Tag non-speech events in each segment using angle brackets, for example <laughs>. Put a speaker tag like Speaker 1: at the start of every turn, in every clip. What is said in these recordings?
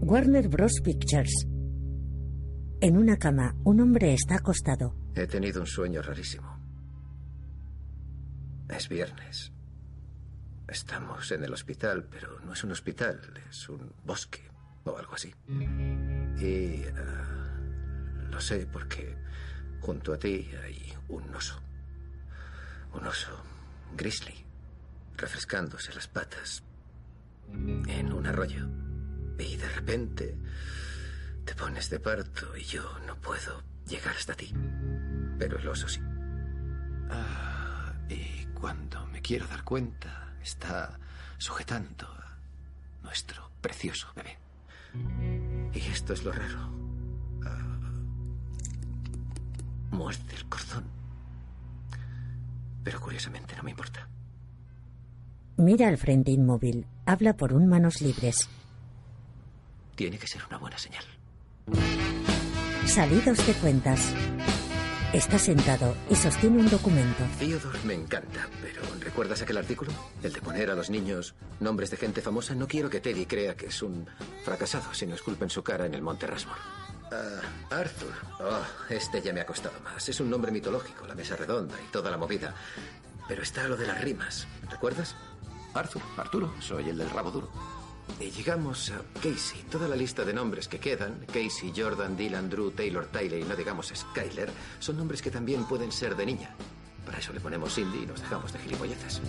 Speaker 1: Warner Bros. Pictures. En una cama, un hombre está acostado.
Speaker 2: He tenido un sueño rarísimo. Es viernes. Estamos en el hospital, pero no es un hospital, es un bosque o algo así. Y ah, lo sé porque junto a ti hay un oso. Un oso grizzly, refrescándose las patas en un arroyo. Y de repente te pones de parto y yo no puedo llegar hasta ti. Pero el oso sí. Ah, y cuando me quiero dar cuenta, está sujetando a nuestro precioso bebé. Y esto es lo raro. Ah, muerde el cordón. Pero curiosamente no me importa.
Speaker 1: Mira al frente inmóvil. Habla por un manos libres.
Speaker 2: Tiene que ser una buena señal.
Speaker 1: Salidos de cuentas. Está sentado y sostiene un documento.
Speaker 2: Theodore me encanta, pero ¿recuerdas aquel artículo? El de poner a los niños nombres de gente famosa. No quiero que Teddy crea que es un fracasado, sino esculpen su cara en el Monte Rasmor. Ah, Arthur. Oh, este ya me ha costado más. Es un nombre mitológico, la mesa redonda y toda la movida. Pero está lo de las rimas, ¿recuerdas? Arthur, Arturo, soy el del rabo duro. Y llegamos a Casey. Toda la lista de nombres que quedan, Casey, Jordan, Dylan, Drew, Taylor, Tyler y no digamos Skyler, son nombres que también pueden ser de niña. Para eso le ponemos Cindy y nos dejamos de gilipolleces.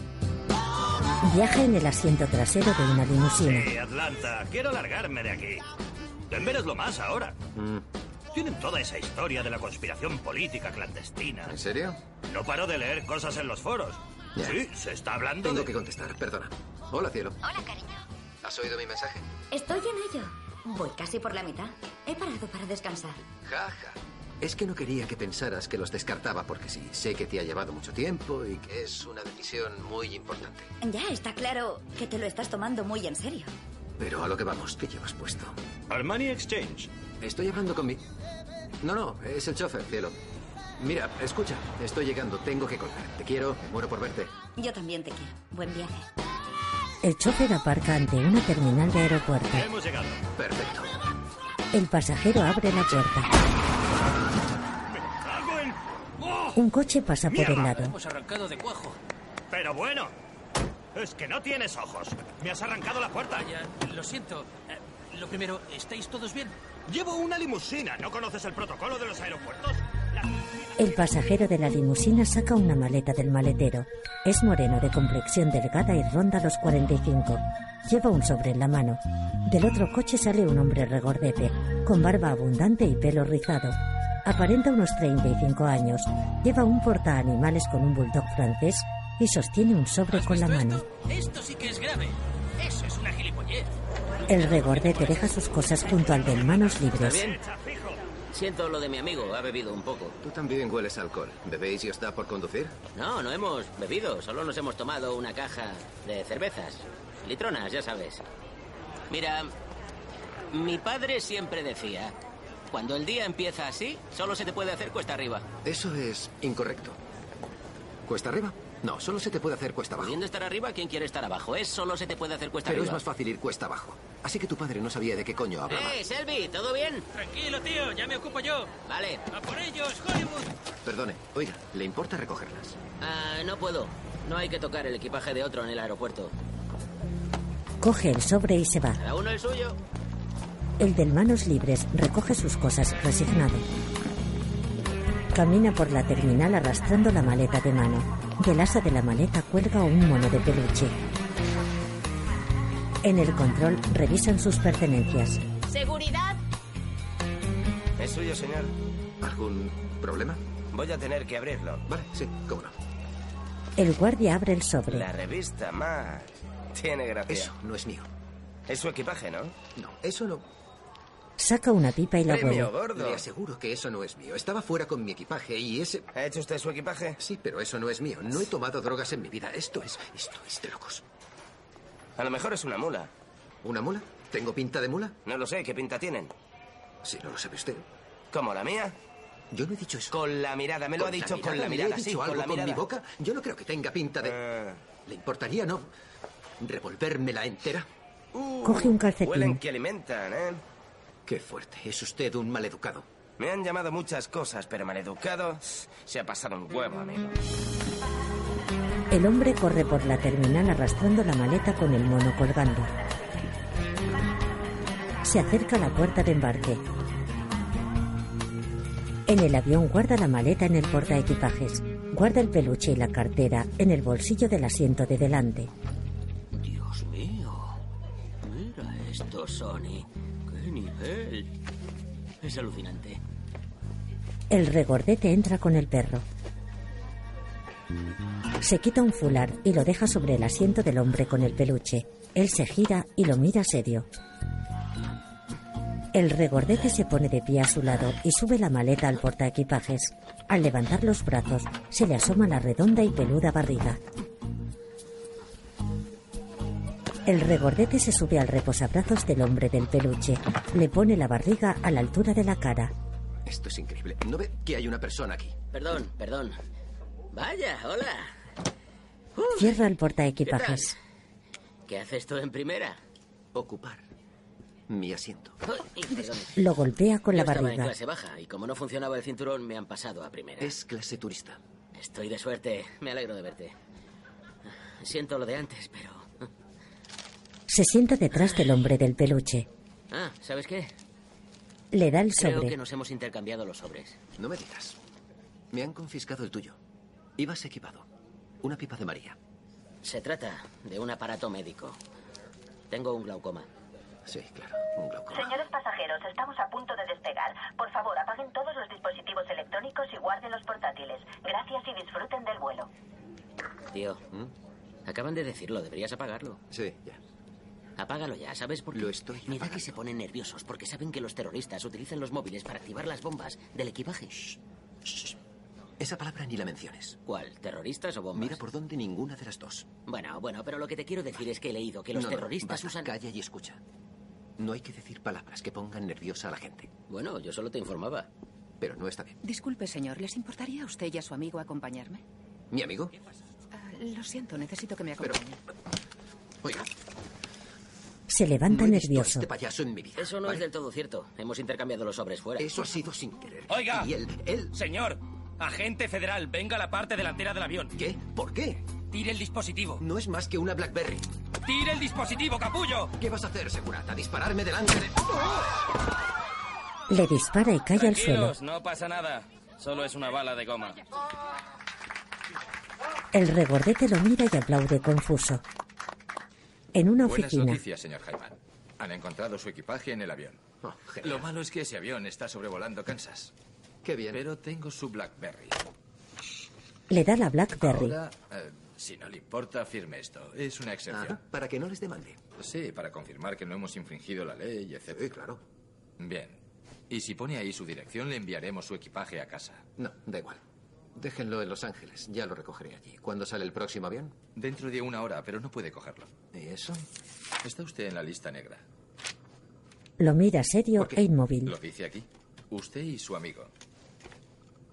Speaker 1: Viaja en el asiento trasero de una limusina.
Speaker 3: Sí, Eh, Atlanta, quiero largarme de aquí. Denver es lo más ahora.
Speaker 2: Mm,
Speaker 3: Tienen toda esa historia de la conspiración política clandestina.
Speaker 2: ¿En serio?
Speaker 3: No paro de leer cosas en los foros.
Speaker 2: Ya.
Speaker 3: Sí, se está hablando
Speaker 2: Tengo
Speaker 3: de...
Speaker 2: que contestar, perdona. Hola, cielo.
Speaker 4: Hola, cariño.
Speaker 2: ¿Has oído mi mensaje?
Speaker 4: Estoy en ello. Voy casi por la mitad. He parado para descansar.
Speaker 2: Jaja. Es que no quería que pensaras que los descartaba porque sí, sé que te ha llevado mucho tiempo y que es una decisión muy importante.
Speaker 4: Ya está claro que te lo estás tomando muy en serio.
Speaker 2: Pero a lo que vamos, ¿qué llevas puesto?
Speaker 3: Armani Exchange.
Speaker 2: Estoy hablando con mi... No, no, es el chofer, cielo. Mira, escucha, estoy llegando, tengo que colgar. Te quiero, muero por verte.
Speaker 4: Yo también te quiero. Buen viaje.
Speaker 1: El chofer aparca ante una terminal de aeropuerto.
Speaker 3: Hemos llegado.
Speaker 2: Perfecto.
Speaker 1: El pasajero abre la puerta.
Speaker 3: ¡Cago en- ¡Oh!
Speaker 1: Un coche pasa por el lado.
Speaker 5: Hemos arrancado de cuajo.
Speaker 3: Pero bueno, es que no tienes ojos. Me has arrancado la puerta.
Speaker 5: Vaya, lo siento. Eh, lo primero, ¿estáis todos bien?
Speaker 3: Llevo una limusina. ¿No conoces el protocolo de los aeropuertos?
Speaker 1: El pasajero de la limusina saca una maleta del maletero. Es moreno de complexión delgada y ronda los 45. Lleva un sobre en la mano. Del otro coche sale un hombre regordete, con barba abundante y pelo rizado. Aparenta unos 35 años. Lleva un porta animales con un bulldog francés y sostiene un sobre
Speaker 5: ¿Has
Speaker 1: con la
Speaker 5: visto
Speaker 1: mano.
Speaker 5: Esto? Esto sí que es grave. Eso es una gilipollez.
Speaker 1: El regordete deja sus cosas junto al del manos libres.
Speaker 3: Echa fijo.
Speaker 6: Siento lo de mi amigo, ha bebido un poco.
Speaker 2: Tú también hueles a alcohol. ¿Bebéis y os da por conducir?
Speaker 6: No, no hemos bebido, solo nos hemos tomado una caja de cervezas. Litronas, ya sabes. Mira, mi padre siempre decía, cuando el día empieza así, solo se te puede hacer cuesta arriba.
Speaker 2: Eso es incorrecto. ¿Cuesta arriba? No, solo se te puede hacer cuesta abajo.
Speaker 6: Pudiendo estar arriba, ¿quién quiere estar abajo? Es solo se te puede hacer cuesta
Speaker 2: Pero es
Speaker 6: arriba.
Speaker 2: más fácil ir cuesta abajo. Así que tu padre no sabía de qué coño hablaba.
Speaker 6: ¡Eh, Selby! ¿Todo bien?
Speaker 5: Tranquilo, tío, ya me ocupo yo.
Speaker 6: Vale.
Speaker 5: ¡A por ellos, Hollywood!
Speaker 2: Perdone, oiga, ¿le importa recogerlas?
Speaker 6: Ah, no puedo. No hay que tocar el equipaje de otro en el aeropuerto.
Speaker 1: Coge el sobre y se va.
Speaker 6: Cada uno el suyo.
Speaker 1: El del manos libres recoge sus cosas resignado. Camina por la terminal arrastrando la maleta de mano. Del asa de la maleta cuelga un mono de peluche. En el control revisan sus pertenencias.
Speaker 4: Seguridad.
Speaker 7: Es suyo, señor.
Speaker 2: ¿Algún problema?
Speaker 7: Voy a tener que abrirlo.
Speaker 2: Vale, sí, cómo no.
Speaker 1: El guardia abre el sobre.
Speaker 7: La revista más. Tiene gracia.
Speaker 2: Eso no es mío.
Speaker 7: Es su equipaje, ¿no?
Speaker 2: No, eso no.
Speaker 1: Saca una pipa y la
Speaker 7: Premio,
Speaker 1: huele.
Speaker 7: gordo.
Speaker 2: Le aseguro que eso no es mío. Estaba fuera con mi equipaje y ese...
Speaker 7: ¿Ha hecho usted su equipaje?
Speaker 2: Sí, pero eso no es mío. No he tomado drogas en mi vida. Esto es... Esto es de locos.
Speaker 7: A lo mejor es una mula.
Speaker 2: ¿Una mula? ¿Tengo pinta de mula?
Speaker 7: No lo sé, ¿qué pinta tienen?
Speaker 2: Si no lo sabe usted.
Speaker 7: ¿Como la mía?
Speaker 2: Yo no he dicho eso.
Speaker 7: Con la mirada, me lo ha dicho Pues con la
Speaker 2: ¿Le
Speaker 7: mirada,
Speaker 2: he dicho
Speaker 7: sí,
Speaker 2: algo
Speaker 7: con la mirada.
Speaker 2: mi boca? Yo no creo que tenga pinta de...
Speaker 7: Eh,
Speaker 2: ¿Le importaría no revolvérmela entera?
Speaker 1: Coge un
Speaker 8: Huelen
Speaker 1: calcetín.
Speaker 8: que alimentan, ¿eh?
Speaker 2: Qué fuerte. Es usted un maleducado.
Speaker 8: Me han llamado muchas cosas, pero maleducado se ha pasado un huevo, amigo.
Speaker 1: El hombre corre por la terminal arrastrando la maleta con el mono colgando. Se acerca a la puerta de embarque. En el avión guarda la maleta en el portaequipajes. Guarda el peluche y la cartera en el bolsillo del asiento de delante.
Speaker 6: Dios mío. Mira esto, Sony. ¡Qué nivel! Es alucinante.
Speaker 1: El regordete entra con el perro. Se quita un fular y lo deja sobre el asiento del hombre con el peluche. Él se gira y lo mira serio. El regordete se pone de pie a su lado y sube la maleta al portaequipajes. Al levantar los brazos, se le asoma la redonda y peluda barriga. El regordete se sube al reposabrazos del hombre del peluche. Le pone la barriga a la altura de la cara.
Speaker 2: Esto es increíble. ¿No ve que hay una persona aquí?
Speaker 6: Perdón, perdón. Vaya, hola. Uf,
Speaker 1: Cierra el
Speaker 6: ¿qué tal?
Speaker 1: portaequipajes.
Speaker 6: ¿Qué haces tú en primera?
Speaker 2: Ocupar mi asiento.
Speaker 6: Uy, perdón.
Speaker 1: Lo golpea con
Speaker 6: Yo
Speaker 1: la
Speaker 6: estaba en
Speaker 1: barriga.
Speaker 6: clase baja y como no funcionaba el cinturón me han pasado a primera.
Speaker 2: Es clase turista.
Speaker 6: Estoy de suerte. Me alegro de verte. Siento lo de antes, pero...
Speaker 1: Se sienta detrás del hombre del peluche.
Speaker 6: Ah, ¿sabes qué?
Speaker 1: Le da el
Speaker 6: Creo que
Speaker 1: sobre.
Speaker 6: nos hemos intercambiado los sobres.
Speaker 2: No me digas. Me han confiscado el tuyo. Ibas equipado. Una pipa de María.
Speaker 6: Se trata de un aparato médico. Tengo un glaucoma.
Speaker 2: Sí, claro. Un glaucoma.
Speaker 9: Señores pasajeros, estamos a punto de despegar. Por favor, apaguen todos los dispositivos electrónicos y guarden los portátiles. Gracias y disfruten del vuelo.
Speaker 6: Tío, acaban de decirlo, deberías apagarlo.
Speaker 2: Sí, ya.
Speaker 6: Apágalo ya, ¿sabes por qué?
Speaker 2: Lo estoy
Speaker 6: Me da
Speaker 2: apagando.
Speaker 6: que se ponen nerviosos porque saben que los terroristas utilizan los móviles para activar las bombas del equipaje.
Speaker 2: Shh. Esa palabra ni la menciones.
Speaker 6: ¿Cuál? ¿Terroristas o bombas?
Speaker 2: Mira por dónde ninguna de las dos.
Speaker 6: Bueno, bueno, pero lo que te quiero decir es que he leído que los
Speaker 2: No, no,
Speaker 6: terroristas
Speaker 2: basta.
Speaker 6: usan...
Speaker 2: Calla y escucha. No hay que decir palabras que pongan nerviosa a la gente.
Speaker 6: Bueno, yo solo te informaba.
Speaker 2: Pero no está bien.
Speaker 10: Disculpe, señor, ¿les importaría a usted y a su amigo acompañarme?
Speaker 2: ¿Mi amigo?
Speaker 10: Ah, lo siento, necesito que me
Speaker 2: Pero-
Speaker 10: acompañe.
Speaker 2: Oiga,
Speaker 1: Se
Speaker 2: no
Speaker 1: levanta
Speaker 2: he visto a
Speaker 1: nervioso.
Speaker 2: este payaso en mi vida.
Speaker 6: Eso no
Speaker 2: ¿vale?
Speaker 6: es del todo cierto. Hemos intercambiado los sobres fuera.
Speaker 2: Eso ha sido sin querer.
Speaker 5: Oiga.
Speaker 2: Y él, él...
Speaker 5: Señor, agente federal, venga a la parte delantera del avión.
Speaker 2: ¿Qué? ¿Por qué?
Speaker 5: Tire el dispositivo.
Speaker 2: No es más que una Blackberry.
Speaker 5: Tire el dispositivo, capullo.
Speaker 2: ¿Qué vas a hacer, segurata? ¿Dispararme delante de...?
Speaker 1: Le dispara y cae al suelo.
Speaker 5: Tranquilos, no pasa nada. Solo es una bala de goma.
Speaker 1: El regordete lo mira y aplaude confuso. En una
Speaker 11: Buenas
Speaker 1: oficina,
Speaker 11: noticias, señor Hyman. Han encontrado su equipaje en el avión.
Speaker 2: Oh, genial.
Speaker 11: Lo malo es que ese avión está sobrevolando Kansas.
Speaker 2: Qué bien.
Speaker 11: Pero tengo su Blackberry.
Speaker 1: le da la Blackberry.
Speaker 11: Ahora, eh, si no le importa, firme esto. Es una excepción.
Speaker 2: Ajá, para que no les demande.
Speaker 11: Sí, para confirmar que no hemos infringido la ley, etc.
Speaker 2: Sí, eh, claro.
Speaker 11: Bien. Y si pone ahí su dirección, le enviaremos su equipaje a casa.
Speaker 2: No, da igual. Déjenlo en Los Ángeles. Ya lo recogeré allí. ¿Cuándo sale el próximo avión?
Speaker 11: Dentro de una hora, pero no puede cogerlo.
Speaker 2: ¿Y eso?
Speaker 11: Está usted en la lista negra.
Speaker 1: Lo mira serio
Speaker 11: ¿Por qué?
Speaker 1: e inmóvil.
Speaker 11: Lo dice aquí. Usted y su amigo.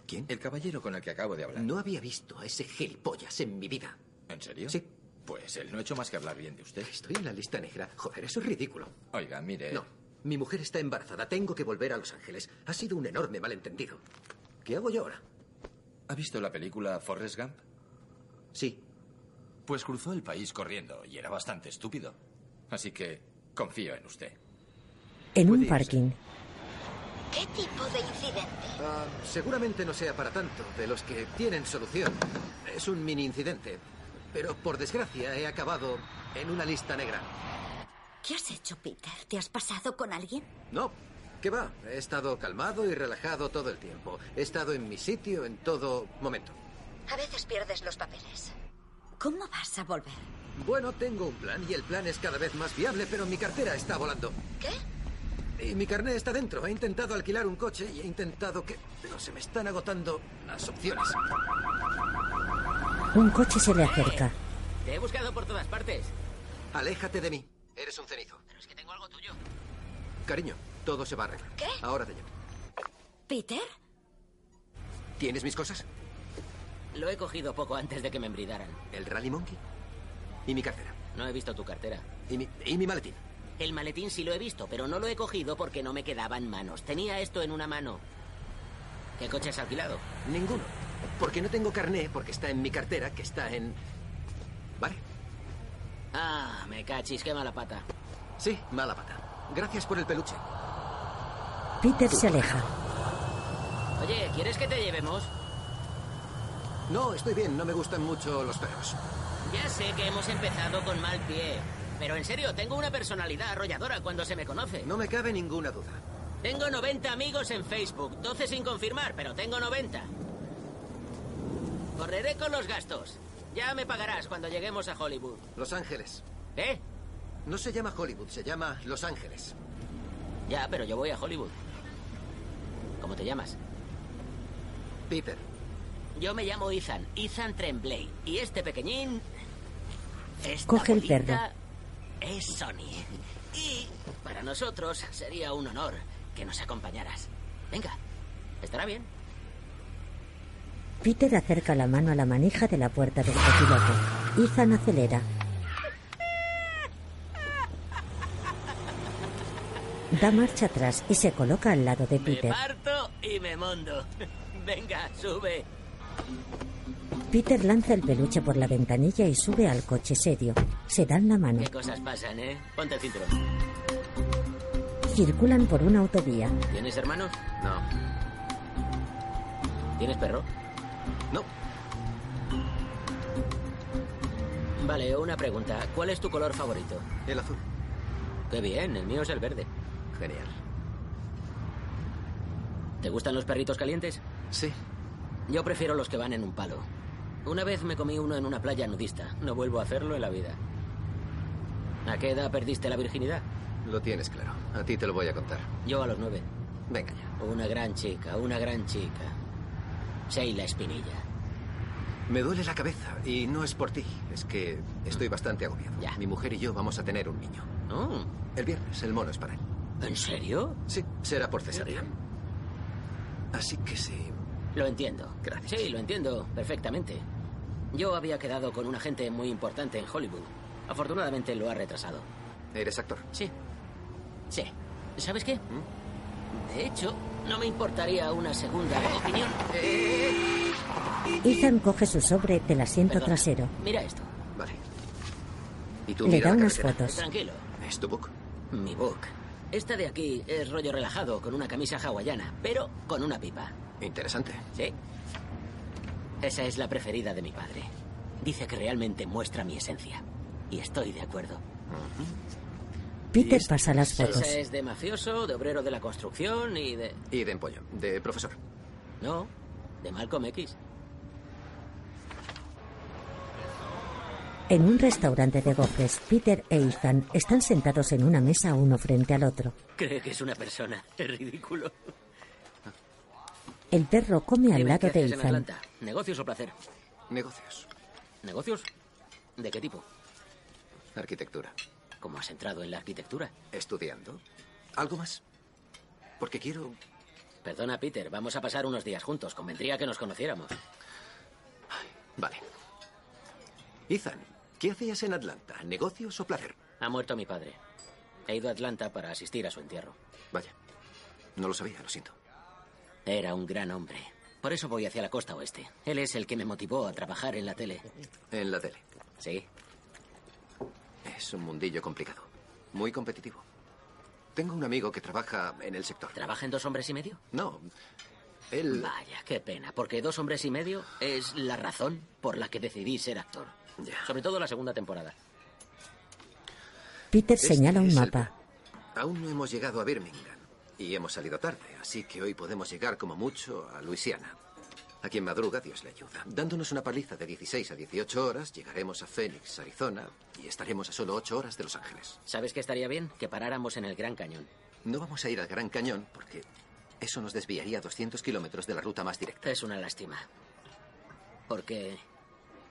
Speaker 2: ¿Quién?
Speaker 11: El caballero con el que acabo de hablar.
Speaker 2: No había visto a ese gilipollas en mi vida.
Speaker 11: ¿En serio?
Speaker 2: Sí.
Speaker 11: Pues él no ha hecho más que hablar bien de usted.
Speaker 2: Estoy en la lista negra. Joder, eso es ridículo.
Speaker 11: Oiga, mire.
Speaker 2: No, mi mujer está embarazada. Tengo que volver a Los Ángeles. Ha sido un enorme malentendido. ¿Qué hago yo ahora?
Speaker 11: ¿Ha visto la película Forrest Gump?
Speaker 2: Sí.
Speaker 11: Pues cruzó el país corriendo y era bastante estúpido. Así que confío en usted.
Speaker 1: En
Speaker 11: puede
Speaker 1: un
Speaker 11: irse.
Speaker 1: parking,
Speaker 9: ¿Qué tipo de incidente?
Speaker 2: Ah, seguramente no sea para tanto, de los que tienen solución. Es un mini incidente. Pero por desgracia he acabado en una lista negra.
Speaker 12: ¿Qué has hecho, Peter? ¿Te has pasado con alguien?
Speaker 2: No, ¿qué va? He estado calmado y relajado todo el tiempo. He estado en mi sitio en todo momento.
Speaker 9: A veces pierdes los papeles.
Speaker 12: ¿Cómo vas a volver?
Speaker 2: Bueno, tengo un plan y el plan es cada vez más viable, pero mi cartera está volando.
Speaker 9: ¿Qué?
Speaker 2: Y mi carné está dentro. He intentado alquilar un coche y he intentado que... Pero se me están agotando las opciones.
Speaker 1: un coche se le acerca.
Speaker 6: Te he buscado por todas partes.
Speaker 2: Aléjate de mí. Eres un cenizo.
Speaker 6: Pero es que tengo algo tuyo.
Speaker 2: Cariño, todo se va a arreglar.
Speaker 9: ¿Qué?
Speaker 2: Ahora te llevo.
Speaker 12: ¿Peter?
Speaker 2: ¿Tienes mis cosas?
Speaker 6: Lo he cogido poco antes de que me embridaran.
Speaker 2: El Rally Monkey. Y mi cartera.
Speaker 6: No he visto tu cartera.
Speaker 2: Y mi, y mi maletín.
Speaker 6: El maletín sí lo he visto, pero no lo he cogido porque no me quedaban manos. Tenía esto en una mano. ¿Qué coche has alquilado?
Speaker 2: Ninguno. Porque no tengo carné, porque está en mi cartera, que está en... ¿Vale?
Speaker 6: Ah, me cachis, qué mala pata.
Speaker 2: Sí, mala pata. Gracias por el peluche.
Speaker 1: Peter se aleja.
Speaker 6: Oye, ¿quieres que te llevemos?
Speaker 2: No, estoy bien, no me gustan mucho los perros.
Speaker 6: Ya sé que hemos empezado con mal pie, pero en serio, tengo una personalidad arrolladora cuando se me conoce.
Speaker 2: No me cabe ninguna duda.
Speaker 6: Tengo 90 amigos en Facebook, 12 sin confirmar, pero tengo 90. Correré con los gastos. Ya me pagarás cuando lleguemos a Hollywood.
Speaker 2: Los Ángeles.
Speaker 6: ¿Eh?
Speaker 2: No se llama Hollywood, se llama Los Ángeles.
Speaker 6: Ya, pero yo voy a Hollywood. ¿Cómo te llamas?
Speaker 2: Peter.
Speaker 6: Yo me llamo Ethan, Ethan Tremblay. Y este pequeñín. esta
Speaker 1: Coge el perro.
Speaker 6: bolita Es Sony. Y para nosotros sería un honor que nos acompañaras. Venga, ¿estará bien?
Speaker 1: Peter acerca la mano a la manija de la puerta del copiloto. Ethan acelera. Da marcha atrás y se coloca al lado de
Speaker 6: Me
Speaker 1: Peter.
Speaker 6: parto y me mondo. <laughs> Venga, sube.
Speaker 1: Peter lanza el peluche por la ventanilla y sube al coche serio. Se dan la mano.
Speaker 6: Qué cosas pasan, ¿eh? Ponte el cinturón.
Speaker 1: Circulan por una autovía.
Speaker 6: ¿Tienes hermanos? No. ¿Tienes perro?
Speaker 2: No.
Speaker 6: Vale, una pregunta. ¿Cuál es tu color favorito?
Speaker 2: El azul.
Speaker 6: Qué bien, el mío es el verde.
Speaker 2: Genial.
Speaker 6: ¿Te gustan los perritos calientes?
Speaker 2: Sí.
Speaker 6: Yo prefiero los que van en un palo. Una vez me comí uno en una playa nudista. No vuelvo a hacerlo en la vida. ¿A qué edad perdiste la virginidad?
Speaker 2: Lo tienes claro. A ti te lo voy a contar.
Speaker 6: Yo a los nueve.
Speaker 2: Venga ya.
Speaker 6: Una gran chica, una gran chica. Sheila Espinilla.
Speaker 2: Me duele la cabeza y no es por ti. Es que estoy bastante agobiado.
Speaker 6: Ya.
Speaker 2: Mi mujer y yo vamos a tener un niño.
Speaker 6: Oh,
Speaker 2: El viernes el mono es para él.
Speaker 6: ¿En serio?
Speaker 2: Sí, será por cesárea. Así que sí.
Speaker 6: Lo entiendo.
Speaker 2: Gracias.
Speaker 6: Sí, lo entiendo perfectamente. Yo había quedado con un agente muy importante en Hollywood. Afortunadamente lo ha retrasado.
Speaker 2: Eres actor.
Speaker 6: Sí. Sí. ¿Sabes qué? De hecho, no me importaría una <laughs> segunda opinión.
Speaker 1: Ethan coge su sobre del asiento
Speaker 6: Perdona.
Speaker 1: trasero.
Speaker 6: Mira esto.
Speaker 2: Vale. Y tú
Speaker 1: Le
Speaker 2: mira
Speaker 1: da
Speaker 2: la
Speaker 1: unas
Speaker 2: carretera.
Speaker 1: fotos.
Speaker 6: Tranquilo.
Speaker 2: ¿Es tu book?
Speaker 6: Mi book. Esta de aquí es rollo relajado, con una camisa hawaiana, pero con una pipa.
Speaker 2: Interesante.
Speaker 6: ¿Sí? Esa es la preferida de mi padre. Dice que realmente muestra mi esencia. Y estoy de acuerdo.
Speaker 1: Peter pasa las fotos.
Speaker 6: Esa es de mafioso, de obrero de la construcción y de...
Speaker 2: Y de empollo, de profesor.
Speaker 6: No, de Malcolm X.
Speaker 1: En un restaurante de gofres, Peter e Ethan están sentados en una mesa uno frente al otro.
Speaker 6: Cree que es una persona. Es ridículo.
Speaker 1: El perro come al
Speaker 6: Dime,
Speaker 1: lado
Speaker 6: ¿qué
Speaker 1: de
Speaker 6: haces en
Speaker 1: Ethan.
Speaker 6: Atlanta? ¿Negocios o placer?
Speaker 2: Negocios.
Speaker 6: ¿Negocios? ¿De qué tipo?
Speaker 2: Arquitectura.
Speaker 6: ¿Cómo has entrado en la arquitectura?
Speaker 2: Estudiando. ¿Algo más? Porque quiero...
Speaker 6: Perdona, Peter, vamos a pasar unos días juntos. Convendría que nos conociéramos.
Speaker 2: Vale. Ethan, ¿qué hacías en Atlanta? ¿Negocios o placer?
Speaker 6: Ha muerto mi padre. He ido a Atlanta para asistir a su entierro.
Speaker 2: Vaya. No lo sabía, lo siento.
Speaker 6: Era un gran hombre. Por eso voy hacia la costa oeste. Él es el que me motivó a trabajar en la tele.
Speaker 2: En la tele.
Speaker 6: Sí.
Speaker 2: Es un mundillo complicado. Muy competitivo. Tengo un amigo que trabaja en el sector.
Speaker 6: ¿Trabaja en dos hombres y medio?
Speaker 2: No. Él...
Speaker 6: Vaya, qué pena, porque dos hombres y medio es la razón por la que decidí ser actor.
Speaker 2: Ya.
Speaker 6: Sobre todo la segunda temporada.
Speaker 1: Peter
Speaker 2: Este
Speaker 1: señala un
Speaker 2: es el-
Speaker 1: mapa.
Speaker 2: Aún no hemos llegado a Birmingham y hemos salido tarde, así que hoy podemos llegar como mucho a Luisiana. A quien madruga, Dios le ayuda. Dándonos una paliza de 16 a 18 horas, llegaremos a Phoenix, Arizona, y estaremos a solo 8 horas de Los Ángeles.
Speaker 6: ¿Sabes qué estaría bien? Que paráramos en el Gran Cañón.
Speaker 2: No vamos a ir al Gran Cañón porque eso nos desviaría 200 kilómetros de la ruta más directa.
Speaker 6: Es una lástima. Porque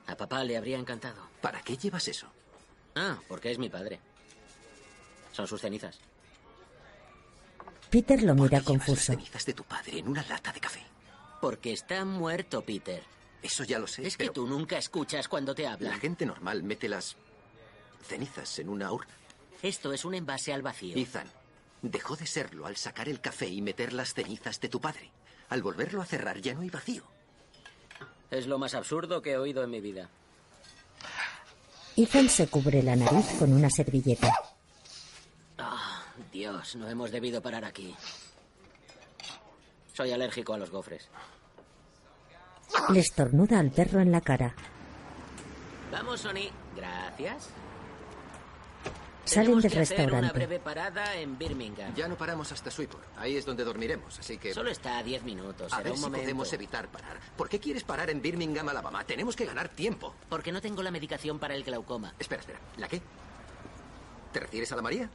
Speaker 6: a papá le habría encantado.
Speaker 2: ¿Para qué llevas eso?
Speaker 6: Ah, porque es mi padre. Son sus cenizas.
Speaker 1: Peter lo
Speaker 2: ¿Por qué
Speaker 1: mira
Speaker 2: llevas las
Speaker 4: este
Speaker 1: confuso.
Speaker 2: cenizas de tu padre en una lata de café?
Speaker 6: Porque está muerto, Peter.
Speaker 2: Eso ya lo sé.
Speaker 6: Es que
Speaker 2: pero
Speaker 6: tú nunca escuchas cuando te hablan.
Speaker 2: La gente normal mete las cenizas en una urna.
Speaker 6: Esto es un envase al vacío.
Speaker 2: Ethan, dejó de serlo al sacar el café y meter las cenizas de tu padre. Al volverlo a cerrar ya no hay vacío.
Speaker 6: Es lo más absurdo que he oído en mi vida.
Speaker 1: Ethan se cubre la nariz con una servilleta.
Speaker 6: Ah, Dios, no hemos debido parar aquí. Soy alérgico a los gofres.
Speaker 1: Le estornuda al perro en la cara.
Speaker 6: Vamos, Sony. Gracias.
Speaker 1: Salen
Speaker 6: Tenemos
Speaker 1: del
Speaker 6: que hacer una
Speaker 1: restaurante.
Speaker 6: breve parada en Birmingham.
Speaker 2: Ya no paramos hasta Sweetport. Ahí es donde dormiremos, así que...
Speaker 6: Solo está a 10 minutos.
Speaker 2: A
Speaker 6: será
Speaker 2: ver
Speaker 6: un
Speaker 2: si
Speaker 6: momento.
Speaker 2: podemos evitar parar. ¿Por qué quieres parar en Birmingham, Alabama? Tenemos que ganar tiempo.
Speaker 6: Porque no tengo la medicación para el glaucoma.
Speaker 2: Espera, espera. ¿La qué? ¿Te refieres a la María?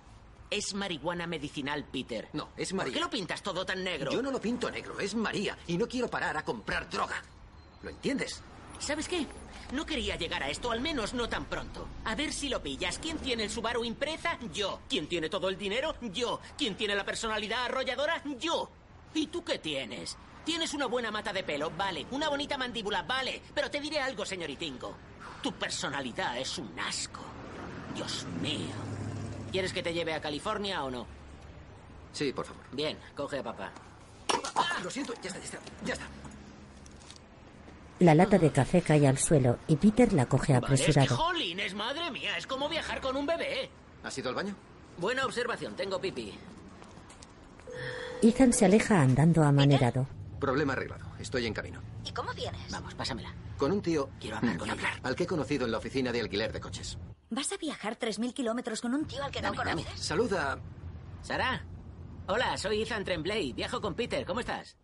Speaker 6: Es marihuana medicinal, Peter.
Speaker 2: No, es
Speaker 6: ¿Por qué
Speaker 2: María.
Speaker 6: lo pintas todo tan negro?
Speaker 2: Yo no lo pinto negro, es María. Y no quiero parar a comprar droga. ¿Lo entiendes?
Speaker 6: ¿Sabes qué? No quería llegar a esto, al menos no tan pronto. A ver si lo pillas. ¿Quién tiene el Subaru impresa? Yo. ¿Quién tiene todo el dinero? Yo. ¿Quién tiene la personalidad arrolladora? Yo. ¿Y tú qué tienes? Tienes una buena mata de pelo, vale. Una bonita mandíbula, vale. Pero te diré algo, señoritingo. Tu personalidad es un asco. Dios mío. ¿Quieres que te lleve a California o no?
Speaker 2: Sí, por favor.
Speaker 6: Bien, coge a papá. Ah.
Speaker 2: Lo siento, ya está, ya está. Ya está.
Speaker 1: La lata
Speaker 4: Ah.
Speaker 1: de café cae al suelo y Peter la coge
Speaker 6: Vale, es que
Speaker 1: apresurado.
Speaker 6: jolines, madre mía, es como viajar con un bebé. ¿eh?
Speaker 2: ¿Has ido al baño?
Speaker 6: Buena observación, tengo pipí.
Speaker 1: Ethan se aleja andando amanerado.
Speaker 2: Problema arreglado. Estoy en camino.
Speaker 10: ¿Y cómo vienes?
Speaker 6: Vamos, pásamela.
Speaker 2: Con un tío...
Speaker 6: Quiero hablar
Speaker 2: Mm,
Speaker 6: con
Speaker 2: ni
Speaker 6: ella.
Speaker 2: Al que he conocido en la oficina de alquiler de coches.
Speaker 4: ¿Vas a viajar 3.000 kilómetros con un tío al que no
Speaker 1: Ah,
Speaker 6: Dame, dame.
Speaker 4: conoces?
Speaker 2: Saluda...
Speaker 6: Sara. Hola, soy Ethan Tremblay. Viajo con Peter. ¿Cómo estás?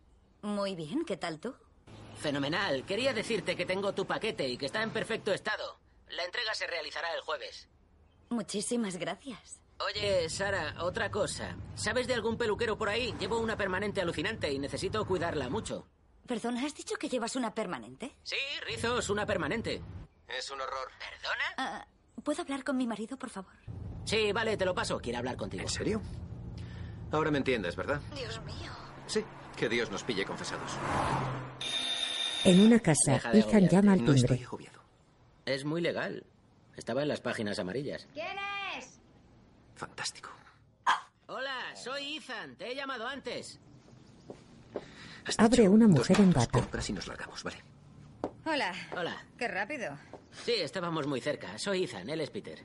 Speaker 4: Muy bien, ¿qué tal tú?
Speaker 6: Fenomenal. Quería decirte que tengo tu paquete y que está en perfecto estado. La entrega se realizará el jueves.
Speaker 4: Muchísimas gracias.
Speaker 6: Oye, Sara, otra cosa. ¿Sabes de algún peluquero por ahí? Llevo una permanente alucinante y necesito cuidarla mucho.
Speaker 4: Perdona, ¿has dicho que llevas una permanente?
Speaker 6: Sí, rizos, una permanente.
Speaker 2: Es un horror.
Speaker 6: ¿Perdona?
Speaker 4: Ah, ¿Puedo hablar con mi marido, por favor?
Speaker 6: Sí, vale, te lo paso. Quiere hablar contigo.
Speaker 2: ¿En serio? Ahora me entiendes, ¿verdad?
Speaker 4: Dios mío.
Speaker 2: Sí. Que Dios nos pille confesados.
Speaker 1: En una casa,
Speaker 6: Deja de
Speaker 1: Ethan
Speaker 6: agobiarte.
Speaker 1: llama al
Speaker 2: No estoy
Speaker 1: timbre.
Speaker 2: agobiado.
Speaker 6: Es muy legal. Estaba en las páginas amarillas.
Speaker 10: ¿Quién es?
Speaker 2: Fantástico.
Speaker 6: Hola, soy Ethan. Te he llamado antes.
Speaker 2: Has
Speaker 1: Abre
Speaker 2: dicho,
Speaker 1: una
Speaker 2: dos
Speaker 1: mujer en
Speaker 2: minutos,
Speaker 1: bata.
Speaker 2: Compras y nos largamos, ¿vale?
Speaker 10: Hola.
Speaker 6: Hola.
Speaker 10: Qué rápido.
Speaker 6: Sí, estábamos muy cerca. Soy Ethan. Él es Peter.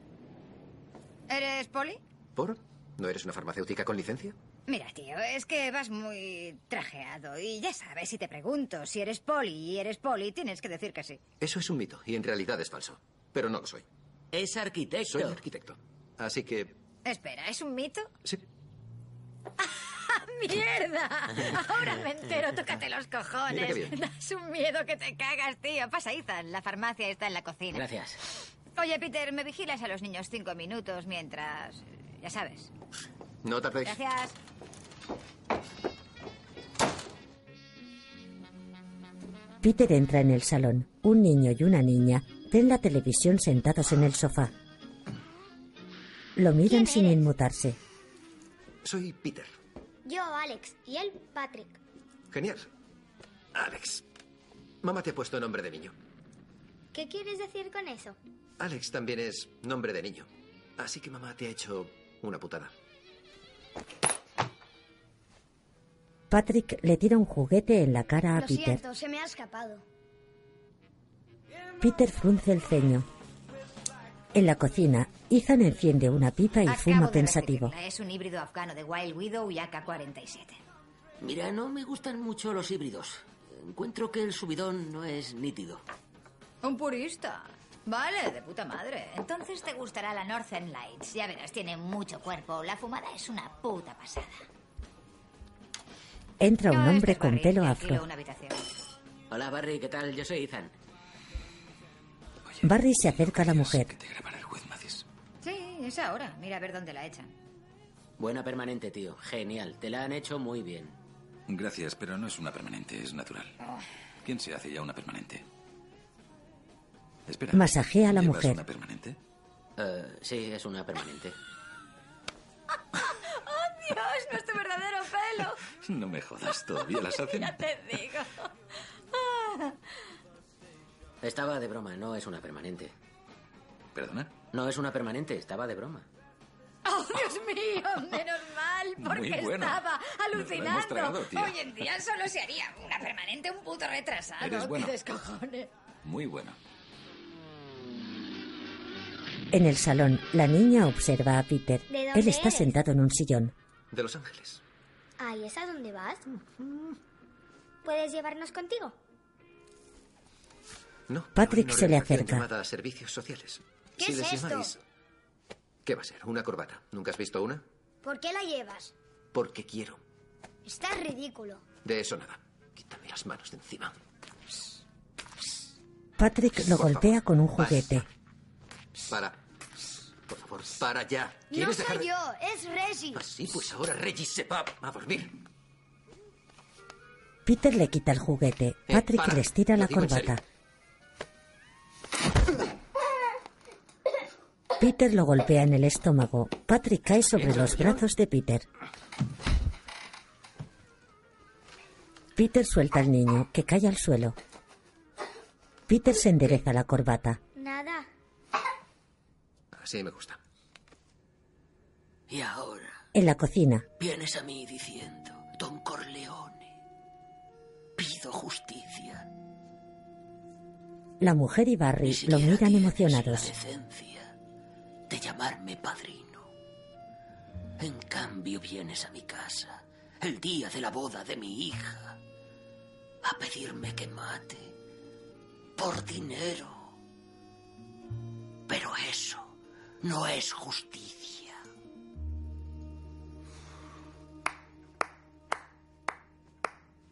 Speaker 10: ¿Eres poli?
Speaker 2: ¿Por? ¿No eres una farmacéutica con licencia?
Speaker 10: Mira, tío, es que vas muy trajeado y ya sabes, si te pregunto si eres poli y eres poli, tienes que decir que sí.
Speaker 2: Eso es un mito y en realidad es falso. Pero no lo soy.
Speaker 6: Es arquitecto.
Speaker 2: Soy arquitecto. Así que,
Speaker 10: Espera, ¿es un mito?
Speaker 2: sí.
Speaker 10: ¡Mierda! Ahora me entero, tócate los
Speaker 2: Mira
Speaker 10: cojones.
Speaker 2: qué
Speaker 10: <laughs>
Speaker 2: bien.
Speaker 10: Das un miedo que te cagas, tío. Pasa, Ethan, la farmacia está en la cocina.
Speaker 6: Gracias.
Speaker 10: Oye, Peter, me vigilas a los niños cinco minutos mientras... Ya sabes.
Speaker 2: No tardéis.
Speaker 10: Gracias.
Speaker 1: Peter entra en el salón. Un niño y una niña ven la televisión sentados en el sofá. Lo miran sin inmutarse.
Speaker 2: Soy Peter.
Speaker 13: Yo, Alex, y él, Patrick.
Speaker 2: Genial. Alex. Mamá te ha puesto nombre de niño.
Speaker 13: ¿Qué quieres decir con eso?
Speaker 2: Alex también es nombre de niño. Así que mamá te ha hecho una putada.
Speaker 1: Patrick le tira un juguete en la cara a
Speaker 13: Lo
Speaker 1: Peter.
Speaker 13: siento, se me ha escapado.
Speaker 1: Peter frunce el ceño. En la cocina, Ethan enciende una pipa y
Speaker 10: Acabo
Speaker 1: fuma
Speaker 10: de
Speaker 1: pensativo.
Speaker 10: repetirla, Es un híbrido afgano de Wild Widow y AK-47.
Speaker 6: Mira, no me gustan mucho los híbridos. Encuentro que el subidón no es nítido.
Speaker 10: Un purista. Vale, de puta madre. Entonces te gustará la Northern Lights. Ya verás, tiene mucho cuerpo. La fumada es una puta pasada.
Speaker 1: Entra un
Speaker 10: No, este
Speaker 1: hombre
Speaker 10: es
Speaker 1: con
Speaker 10: Barry,
Speaker 1: pelo
Speaker 10: que
Speaker 1: afro.
Speaker 10: alquiló una habitación.
Speaker 6: Hola, Barry, ¿qué tal? Yo soy Ethan.
Speaker 1: Barry se acerca a la mujer.
Speaker 11: Grabará el juez Mathis.
Speaker 10: Sí, es ahora. Mira a ver dónde la echan.
Speaker 6: Buena permanente, tío. Genial. Te la han hecho muy bien.
Speaker 11: Gracias, pero no es una permanente, es natural.
Speaker 1: Ah.
Speaker 11: ¿Quién se hace ya una permanente? Espera.
Speaker 1: Masajea a la
Speaker 11: ¿llevas
Speaker 1: mujer.
Speaker 11: una permanente?
Speaker 6: Eh, sí, es una permanente.
Speaker 10: ¡Oh, Dios! ¡Nuestro verdadero pelo!
Speaker 11: No me jodas, todavía las hacen.
Speaker 10: Ya te digo.
Speaker 6: Estaba de broma, no es una permanente.
Speaker 11: ¿Perdona?
Speaker 10: <laughs>
Speaker 6: No es una permanente, estaba de broma.
Speaker 10: Oh, Dios mío, menos mal, porque
Speaker 11: Muy bueno.
Speaker 10: estaba
Speaker 11: Nos lo hemos
Speaker 10: alucinando.
Speaker 11: tragado, tía.
Speaker 10: Hoy en día solo se haría una permanente, un puto retrasado.
Speaker 11: Eres bueno.
Speaker 10: ¡Qué descojones!
Speaker 11: Muy bueno.
Speaker 1: En el salón, la niña observa a Peter.
Speaker 13: ¿De dónde
Speaker 1: Él está
Speaker 13: eres?
Speaker 1: sentado en un sillón.
Speaker 14: De Los Ángeles.
Speaker 13: Ay, ¿es a dónde vas? ¿Puedes llevarnos contigo?
Speaker 14: No.
Speaker 1: Patrick
Speaker 14: hay una
Speaker 1: se le
Speaker 14: organización
Speaker 1: acerca.
Speaker 14: Llamada Servicios Sociales.
Speaker 13: ¿Qué
Speaker 14: si
Speaker 13: es
Speaker 14: les
Speaker 13: esto?
Speaker 14: llamáis. ¿Qué va a ser? ¿Una corbata? ¿Nunca has visto una?
Speaker 13: ¿Por qué la llevas?
Speaker 14: Porque quiero.
Speaker 13: Estás ridículo.
Speaker 14: De eso nada. Quítame las manos de encima.
Speaker 1: Patrick lo
Speaker 14: Por favor,
Speaker 1: golpea con un
Speaker 14: basta.
Speaker 1: juguete.
Speaker 14: Para. Por favor, para ya.
Speaker 13: No
Speaker 14: ¿Quieres
Speaker 13: soy
Speaker 14: dejar de-
Speaker 13: yo, es Reggie.
Speaker 14: Sí, pues ahora Reggie se va a dormir.
Speaker 1: Peter le quita el juguete.
Speaker 14: Eh,
Speaker 1: Patrick
Speaker 14: para.
Speaker 1: les tira
Speaker 14: Lo
Speaker 1: la
Speaker 14: digo en
Speaker 1: corbata. Peter lo golpea en el estómago. Patrick cae sobre
Speaker 15: ¿Entra yo?
Speaker 1: los brazos de Peter. Peter suelta al niño, que cae al suelo. Peter se endereza la corbata.
Speaker 13: Nada.
Speaker 14: Así me gusta.
Speaker 15: Y ahora
Speaker 1: En la cocina,
Speaker 15: vienes a mí diciendo, Don Corleone, pido justicia,
Speaker 1: la mujer y Barry lo miran emocionados.
Speaker 15: decencia de llamarme padrino. En cambio vienes a mi casa, el día de la boda de mi hija, a pedirme que mate por dinero. Pero eso no es justicia.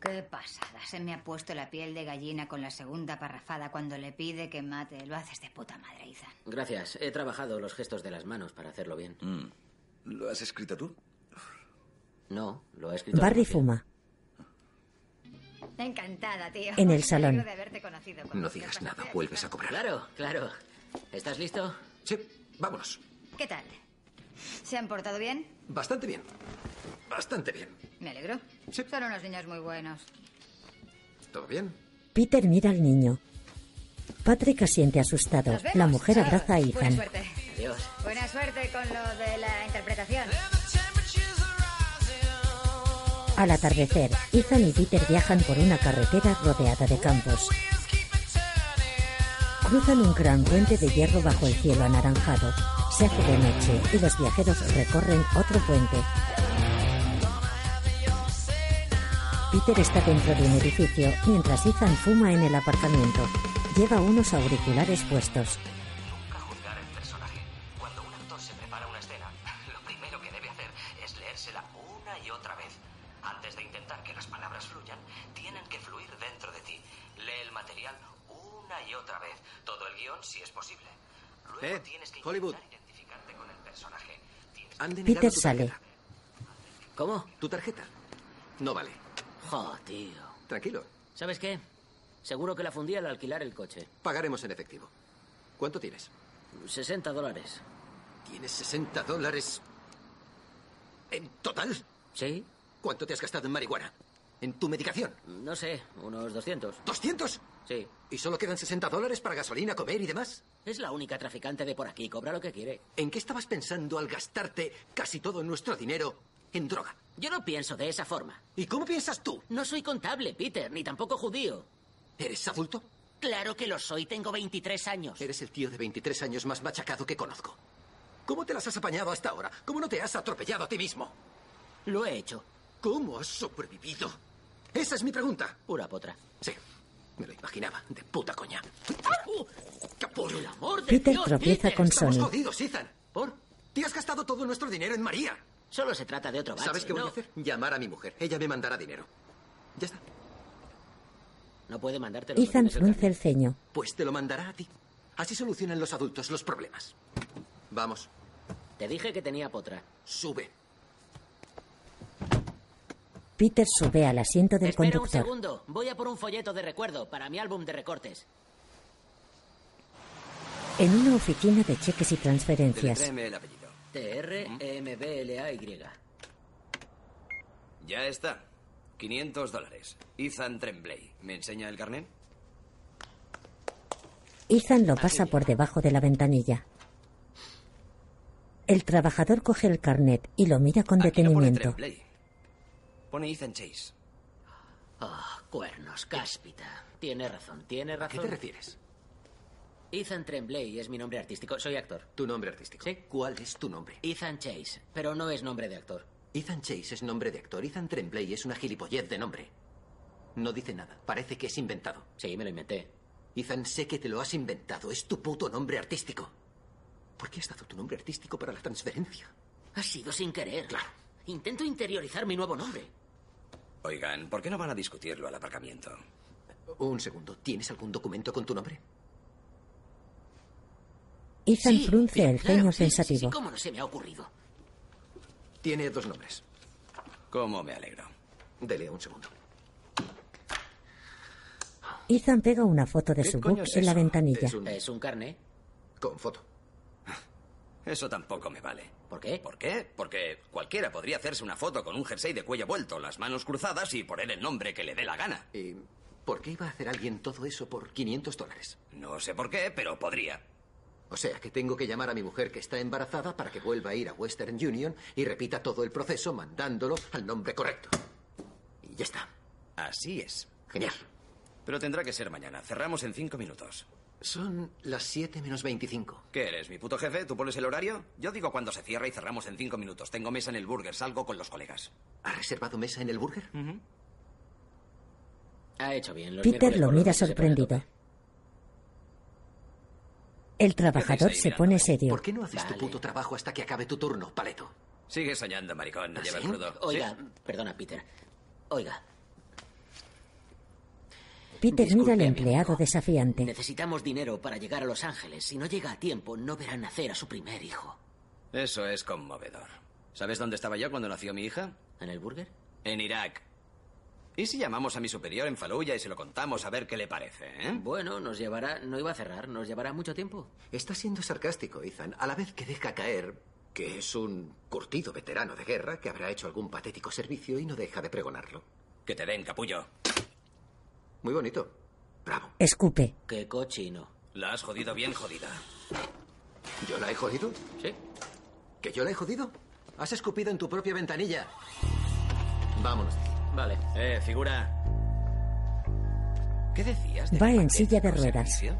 Speaker 10: Qué pasada. Se me ha puesto la piel de gallina con la segunda parrafada cuando le pide que mate. Lo haces de puta madre, Ethan.
Speaker 6: Gracias, he trabajado los gestos de las manos para hacerlo bien.
Speaker 3: ¿Lo has escrito tú?
Speaker 6: No, lo he escrito.
Speaker 1: Barry fuma.
Speaker 10: Encantada, tío.
Speaker 1: En el salón.
Speaker 10: Me alegro de haberte conocido.
Speaker 14: No digas nada, vuelves a cobrar.
Speaker 6: Claro, claro. ¿Estás listo?
Speaker 14: Sí, vámonos.
Speaker 10: ¿Qué tal? ¿Se han portado bien?
Speaker 14: Bastante bien. Bastante bien.
Speaker 10: Me alegro. Son unos niños muy buenos.
Speaker 14: ¿Todo bien?
Speaker 1: Peter mira al niño. Patrick asiente asustado.
Speaker 10: Nos vemos.
Speaker 1: La mujer abraza a
Speaker 10: Chao. Pues Buena
Speaker 1: Ethan.
Speaker 10: suerte.
Speaker 6: Adiós.
Speaker 10: Buena suerte con lo de la interpretación.
Speaker 1: Al atardecer, Ethan y Peter viajan por una carretera rodeada de campos. Cruzan un gran puente de hierro bajo el cielo anaranjado. Se hace de noche y los viajeros recorren otro puente. Peter está dentro de un edificio mientras Ethan fuma en el aparcamiento. Lleva unos auriculares puestos.
Speaker 16: Nunca juzgar el personaje. Cuando un actor se prepara una escena, <laughs> lo primero que debe hacer es leérsela una y otra vez. Antes de intentar que las palabras fluyan, tienen que fluir dentro de ti. Lee el material una y otra vez. Todo el guión, si es posible. Luego
Speaker 2: Eh,
Speaker 16: tienes que
Speaker 2: Hollywood.
Speaker 16: intentar identificarte con el personaje. Tienes
Speaker 2: Han denegado
Speaker 1: Peter
Speaker 2: tu
Speaker 1: sale.
Speaker 2: tarjeta.
Speaker 6: ¿Cómo?
Speaker 2: Tu tarjeta. No vale.
Speaker 6: Jo, tío.
Speaker 2: Tranquilo.
Speaker 6: ¿Sabes qué? Seguro que la fundí al alquilar el coche.
Speaker 2: Pagaremos en efectivo. ¿Cuánto tienes?
Speaker 6: 60 dólares.
Speaker 2: ¿Tienes 60 dólares en total?
Speaker 6: Sí.
Speaker 2: ¿Cuánto te has gastado en marihuana? ¿En tu medicación?
Speaker 6: No sé, unos 200.
Speaker 2: ¿200?
Speaker 6: Sí.
Speaker 2: ¿Y solo quedan 60 dólares para gasolina, comer y demás?
Speaker 6: Es la única traficante de por aquí, cobra lo que quiere.
Speaker 2: ¿En qué estabas pensando al gastarte casi todo nuestro dinero en droga?
Speaker 6: Yo no pienso de esa forma.
Speaker 2: ¿Y cómo piensas tú?
Speaker 6: No soy contable, Peter, ni tampoco judío.
Speaker 2: ¿Eres adulto?
Speaker 6: Claro que lo soy, tengo 23 años.
Speaker 2: Eres el tío de 23 años más machacado que conozco. ¿Cómo te las has apañado hasta ahora? ¿Cómo no te has atropellado a ti mismo?
Speaker 6: Lo he hecho.
Speaker 2: ¿Cómo has sobrevivido? Esa es mi pregunta.
Speaker 6: Pura potra.
Speaker 2: Sí, me lo imaginaba. De puta coña. ¡Ah! ¡Por el
Speaker 6: amor
Speaker 2: de
Speaker 1: Peter
Speaker 2: Dios,
Speaker 1: tropieza
Speaker 2: Peter,
Speaker 1: con
Speaker 2: estamos
Speaker 1: Sony.
Speaker 2: jodidos, Ethan. ¿Por? Te has gastado todo nuestro dinero en María.
Speaker 6: Solo se trata de otro bache,
Speaker 2: ¿Sabes qué voy
Speaker 6: ¿no?
Speaker 2: a hacer? Llamar a mi mujer. Ella me mandará dinero. Ya está.
Speaker 6: No puede mandártelo. no
Speaker 1: Ethan
Speaker 6: tienes el
Speaker 1: frunce el ceño.
Speaker 2: Pues te lo mandará a ti. Así solucionan los adultos los problemas. Vamos.
Speaker 6: Te dije que tenía potra.
Speaker 2: Sube.
Speaker 1: Peter sube al asiento del
Speaker 6: Espera un
Speaker 1: conductor.
Speaker 6: segundo, voy a por un folleto de recuerdo para mi álbum de recortes.
Speaker 1: En una oficina de cheques y transferencias,
Speaker 6: el apellido.
Speaker 15: E
Speaker 6: T-R-M-B-L-A-Y.
Speaker 3: Ya está. 500 dólares. Ethan Tremblay. ¿Me enseña el carnet?
Speaker 1: Ethan lo pasa por debajo de la ventanilla. El trabajador coge el carnet y lo mira
Speaker 15: Ah,
Speaker 1: con
Speaker 3: Aquí no pone
Speaker 1: detenimiento.
Speaker 3: Tremblay.
Speaker 15: Pone Ethan Chase. Ah, cuernos, cáspita. Tiene razón, tiene razón.
Speaker 3: qué te
Speaker 15: refieres? Ethan Tremblay es mi nombre artístico. Soy actor.
Speaker 2: ¿Tu nombre artístico? ¿Cuál es tu nombre?
Speaker 15: Ethan Chase, pero no es nombre de actor.
Speaker 2: Ethan Chase es nombre de actor. Ethan Tremblay es una gilipollez de nombre. No dice nada. Parece que es inventado.
Speaker 15: Sí, me lo inventé.
Speaker 2: Ethan, sé que te lo has inventado. Es tu puto nombre artístico. ¿Por qué has dado tu nombre artístico para la transferencia?
Speaker 15: Ha sido sin querer. Claro. Intento interiorizar mi nuevo nombre.
Speaker 3: Oigan, ¿por qué no van a discutirlo al aparcamiento?
Speaker 2: Un segundo. ¿Tienes algún documento con tu nombre?
Speaker 1: Ethan frunce el
Speaker 15: claro,
Speaker 1: ceño
Speaker 15: sí, sí, sí,
Speaker 1: pensativo.
Speaker 15: ¿Cómo no se me ha ocurrido?
Speaker 2: Tiene dos nombres.
Speaker 3: ¿Cómo me alegro?
Speaker 2: Dele un segundo.
Speaker 1: Ethan pega una foto de su book en la ventanilla.
Speaker 15: ¿Es un carne?
Speaker 2: Con foto.
Speaker 3: Eso tampoco me vale.
Speaker 15: ¿Por qué?
Speaker 3: ¿Por qué? Porque cualquiera podría hacerse una foto con un jersey de cuello vuelto, las manos cruzadas y poner el nombre que le dé la gana.
Speaker 2: ¿Y Eh, por qué iba a hacer alguien todo eso por 500 dólares?
Speaker 3: No sé por qué, pero podría.
Speaker 2: O sea, que tengo que llamar a mi mujer que está embarazada para que vuelva a ir a Western Union y repita todo el proceso mandándolo al nombre correcto. Y ya está.
Speaker 3: Así es.
Speaker 2: Genial.
Speaker 3: Pero tendrá que ser mañana. Cerramos en cinco minutos.
Speaker 2: Son las 7 menos 25.
Speaker 3: ¿Qué eres, mi puto jefe? ¿Tú pones el horario? Yo digo cuando se cierra y cerramos en cinco minutos. Tengo mesa en el burger, salgo con los colegas.
Speaker 2: ¿Has reservado mesa en el burger?
Speaker 15: Ha hecho bien. Los
Speaker 1: Peter
Speaker 15: miércoles
Speaker 1: lo
Speaker 15: por la
Speaker 1: mira
Speaker 15: noche se pone
Speaker 1: sorprendido. El trabajador se pone serio.
Speaker 2: ¿Por qué no haces tu puto trabajo hasta que acabe tu turno, paleto?
Speaker 3: Sigue soñando, maricón. No
Speaker 15: ¿Ah,
Speaker 3: llevas
Speaker 15: sí?
Speaker 3: crudo.
Speaker 15: Oiga,
Speaker 3: Sí.
Speaker 15: perdona, Peter. Oiga,
Speaker 1: Peter mira al
Speaker 15: Disculpe, mi
Speaker 1: empleado desafiante.
Speaker 15: necesitamos dinero para llegar a Los Ángeles. Si no llega a tiempo, no verá nacer a su primer hijo.
Speaker 3: Eso es conmovedor. ¿Sabes dónde estaba yo cuando nació mi hija?
Speaker 15: ¿En el burger?
Speaker 3: En Irak. ¿Y si llamamos a mi superior en Faluya y se lo contamos a ver qué le parece, eh?
Speaker 15: Bueno, nos llevará. No iba a cerrar, nos llevará mucho tiempo.
Speaker 2: Está siendo sarcástico, Ethan, a la vez que deja caer que es un curtido veterano de guerra que habrá hecho algún patético servicio y no deja de pregonarlo.
Speaker 3: Que te den, capullo.
Speaker 2: Muy bonito.
Speaker 1: Escupe.
Speaker 15: Qué cochino.
Speaker 3: La has jodido bien jodida.
Speaker 2: ¿Yo la he jodido?
Speaker 15: Sí.
Speaker 2: ¿Que yo la he jodido? Has escupido en tu propia ventanilla. Vámonos.
Speaker 15: Vale.
Speaker 3: Eh, figura. ¿Qué decías? de
Speaker 1: Va
Speaker 3: que
Speaker 1: en silla de
Speaker 3: patético
Speaker 1: ruedas.
Speaker 3: servicio?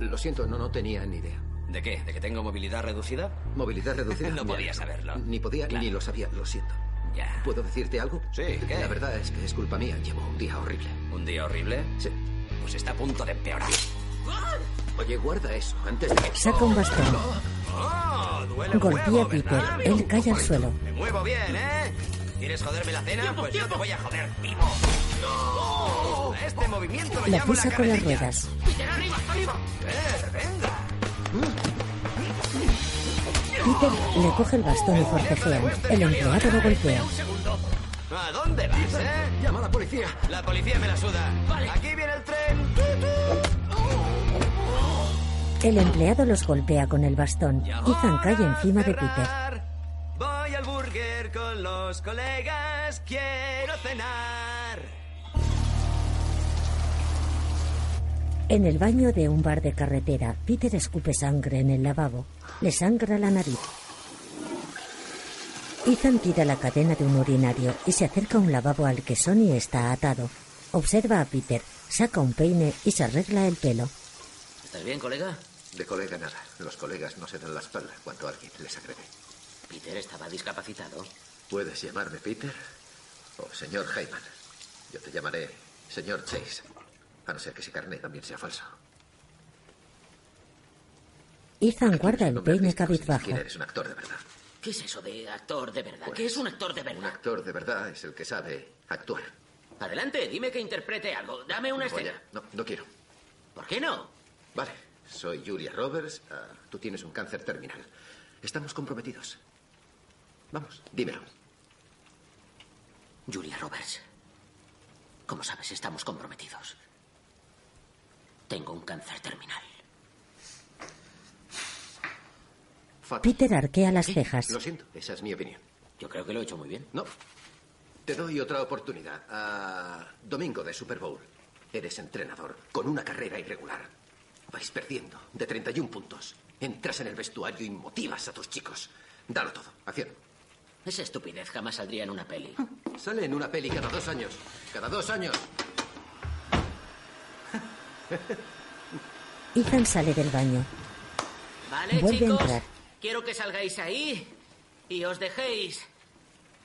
Speaker 2: Lo siento, no, no tenía ni idea.
Speaker 3: ¿De qué? ¿De que tengo movilidad reducida?
Speaker 2: Movilidad reducida.
Speaker 3: <laughs> No
Speaker 2: me
Speaker 3: podía
Speaker 2: alegro.
Speaker 3: saberlo.
Speaker 2: Ni podía ni lo sabía, lo siento.
Speaker 3: Ya.
Speaker 2: ¿Puedo decirte algo?
Speaker 3: Sí, ¿qué?
Speaker 2: La verdad es que es culpa mía. Llevo un día horrible.
Speaker 3: ¿Un día horrible?
Speaker 2: Sí.
Speaker 3: Pues está a punto de empeorar.
Speaker 2: Oye, guarda eso antes de que...
Speaker 1: Saca un bastón.
Speaker 3: ¡Oh! ¡Duele un
Speaker 1: Golpea a
Speaker 3: huevo,
Speaker 1: Peter.
Speaker 3: ¿verdad?
Speaker 1: Él cae al suelo.
Speaker 3: Me muevo bien, ¿eh? ¿Quieres joderme la cena? pues yo te voy a joder, vivo. ¡No! A este movimiento lo
Speaker 1: La
Speaker 3: llamo la
Speaker 1: pisa con las
Speaker 3: cabecilla.
Speaker 1: ruedas.
Speaker 3: ¡Peter, arriba, arriba! ¡Eh, venga!
Speaker 1: Peter le coge el bastón y forcejean. El empleado lo golpea.
Speaker 3: ¿A dónde vas, eh?
Speaker 2: Llama a la policía.
Speaker 3: La policía me la suda. Aquí viene el tren.
Speaker 1: El empleado los golpea con el bastón. Ethan cae encima de Peter.
Speaker 3: Voy al burger con los colegas. Quiero cenar.
Speaker 1: En el baño de un bar de carretera, Peter escupe sangre en el lavabo. Le sangra la nariz. Ethan tira la cadena de un urinario y se acerca a un lavabo al que Sonny está atado. Observa a Peter, saca un peine y se arregla el pelo.
Speaker 15: ¿Estás bien, colega?
Speaker 2: De colega nada. Los colegas no se dan la espalda cuando alguien les agrede.
Speaker 15: Peter estaba discapacitado.
Speaker 2: Puedes llamarme Peter o señor Hyman. Yo te llamaré señor Chase. A no ser que ese carnet también sea falso.
Speaker 1: Ethan guarda el peine cabizbajo.
Speaker 2: ¿Quién eres un actor de verdad?
Speaker 15: ¿Qué es eso de actor de
Speaker 6: Pues
Speaker 15: verdad? ¿Qué es un actor de
Speaker 2: Un
Speaker 15: verdad?
Speaker 2: actor de verdad es el que sabe actuar.
Speaker 15: Adelante, dime que interprete algo. Dame una
Speaker 2: No voy a-
Speaker 15: escena.
Speaker 2: No, no quiero.
Speaker 15: ¿Por qué no?
Speaker 2: Vale, soy Julia Roberts. ah, tú tienes un cáncer terminal. Estamos comprometidos. Vamos, dímelo.
Speaker 15: Julia Roberts. Como sabes, estamos comprometidos. Tengo un cáncer terminal.
Speaker 1: Peter arquea las cejas.
Speaker 2: ¿Eh? Lo siento, esa es mi opinión.
Speaker 15: Yo creo que lo he hecho muy bien.
Speaker 2: No. Te doy otra oportunidad. Ah, domingo de Super Bowl. Eres entrenador con una carrera irregular. Vais perdiendo de 31 puntos. Entras en el vestuario y motivas a tus chicos. Dalo todo. Acción.
Speaker 6: Esa estupidez jamás saldría en una
Speaker 1: <laughs>
Speaker 6: peli.
Speaker 2: Sale en una peli cada dos años. Cada dos años.
Speaker 1: Ethan sale del baño.
Speaker 6: Vale,
Speaker 1: Vuelve a
Speaker 6: chicos,
Speaker 1: entrar.
Speaker 6: quiero que salgáis ahí y os dejéis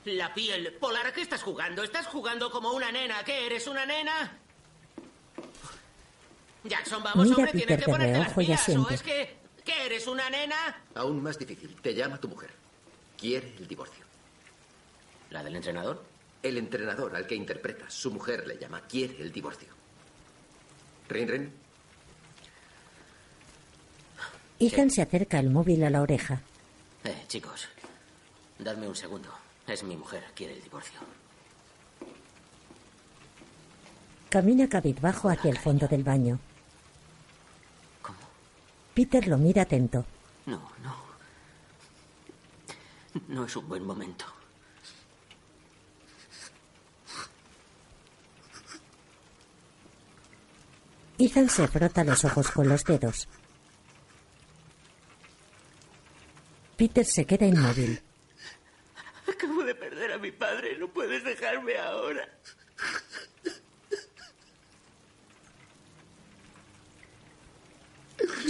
Speaker 6: la piel. Polar, ¿a qué estás jugando? ¿Estás jugando como una nena? ¿Qué eres, una nena? Jackson, vamos,
Speaker 1: Mira a
Speaker 6: hombre, tienes
Speaker 1: Peter
Speaker 6: que
Speaker 1: de
Speaker 6: ponerte las
Speaker 1: reojo y
Speaker 6: pilas. ¿O
Speaker 1: asiente.
Speaker 6: es que, qué eres, una nena?
Speaker 2: Aún más difícil. Te llama tu mujer. Quiere el divorcio.
Speaker 6: ¿La del entrenador?
Speaker 2: El entrenador al que interpreta. Su mujer le llama. Quiere el divorcio. Rin Rin.
Speaker 1: Ethan se acerca el móvil a la oreja.
Speaker 6: Eh, chicos, dadme un segundo. Es mi mujer, quiere el divorcio.
Speaker 1: Camina cabizbajo hacia el fondo del baño. Peter lo mira atento.
Speaker 6: No, no. No es un buen momento.
Speaker 1: Ethan se frota los ojos con los dedos. Peter se queda inmóvil.
Speaker 15: Acabo de perder a mi padre, no puedes dejarme ahora.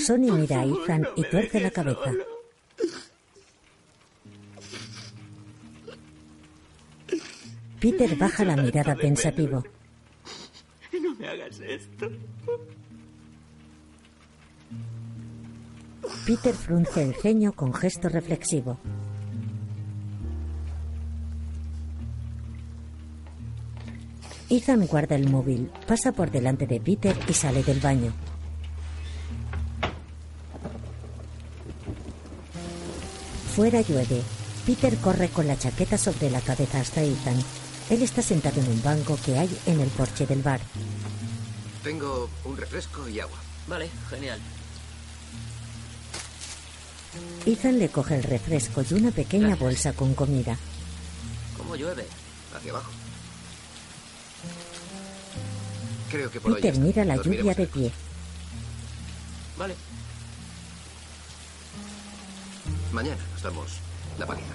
Speaker 1: Sonny mira a Ethan y tuerce la cabeza. Peter baja la mirada pensativo.
Speaker 15: No me hagas esto.
Speaker 1: Peter frunce el ceño con gesto reflexivo. Ethan guarda el móvil, pasa por delante de Peter y sale del baño. Fuera llueve. Peter corre con la chaqueta sobre la cabeza hasta Ethan. Él está sentado en un banco que hay en el porche del bar.
Speaker 2: Tengo un refresco y agua.
Speaker 6: Vale, genial.
Speaker 1: Ethan le coge el refresco y una pequeña bolsa con comida.
Speaker 6: ¿Cómo llueve?
Speaker 2: Hacia abajo. Creo que por hoy ya
Speaker 1: Peter
Speaker 2: está.
Speaker 1: mira la
Speaker 2: Nos
Speaker 1: lluvia
Speaker 2: miremos.
Speaker 1: de pie.
Speaker 6: Vale.
Speaker 2: Mañana nos damos la paliza.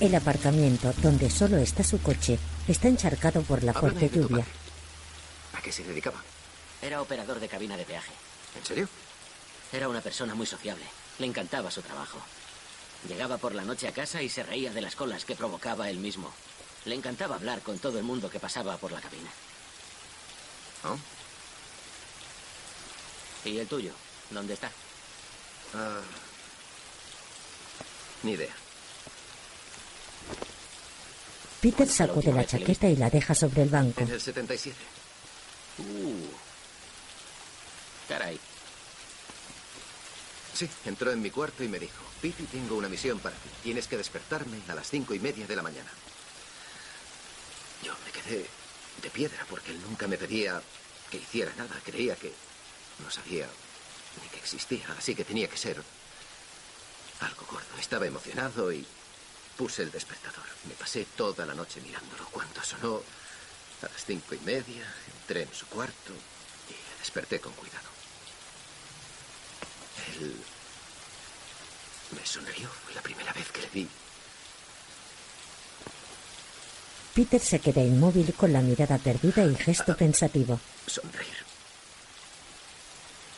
Speaker 1: El aparcamiento, donde solo está su coche, está encharcado por la
Speaker 6: Háblame
Speaker 1: fuerte
Speaker 6: de tu
Speaker 1: lluvia.
Speaker 2: ¿A qué se dedicaba?
Speaker 6: Era operador de cabina de peaje.
Speaker 2: ¿En serio?
Speaker 6: Era una persona muy sociable. Le encantaba su trabajo. Llegaba por la noche a casa y se reía de las colas que provocaba él mismo. Le encantaba hablar con todo el mundo que pasaba por la cabina.
Speaker 2: ¿Oh?
Speaker 6: ¿Y el tuyo? ¿Dónde está?
Speaker 2: Ah, ni idea.
Speaker 1: Peter sacude la chaqueta y la deja sobre el banco.
Speaker 2: En el 77.
Speaker 6: Uh. Caray.
Speaker 2: Sí, entró en mi cuarto y me dijo, Piti, tengo una misión para ti. Tienes que despertarme a las cinco y media de la mañana. Yo me quedé de piedra porque él nunca me pedía que hiciera nada. Creía que no sabía ni que existía, así que tenía que ser algo gordo. Estaba emocionado y puse el despertador. Me pasé toda la noche mirándolo. Cuando sonó a las cinco y media, entré en su cuarto y le desperté con cuidado. Él me sonrió. Fue la primera vez que le vi.
Speaker 1: Peter se queda inmóvil con la mirada perdida y gesto pensativo.
Speaker 2: sonreír.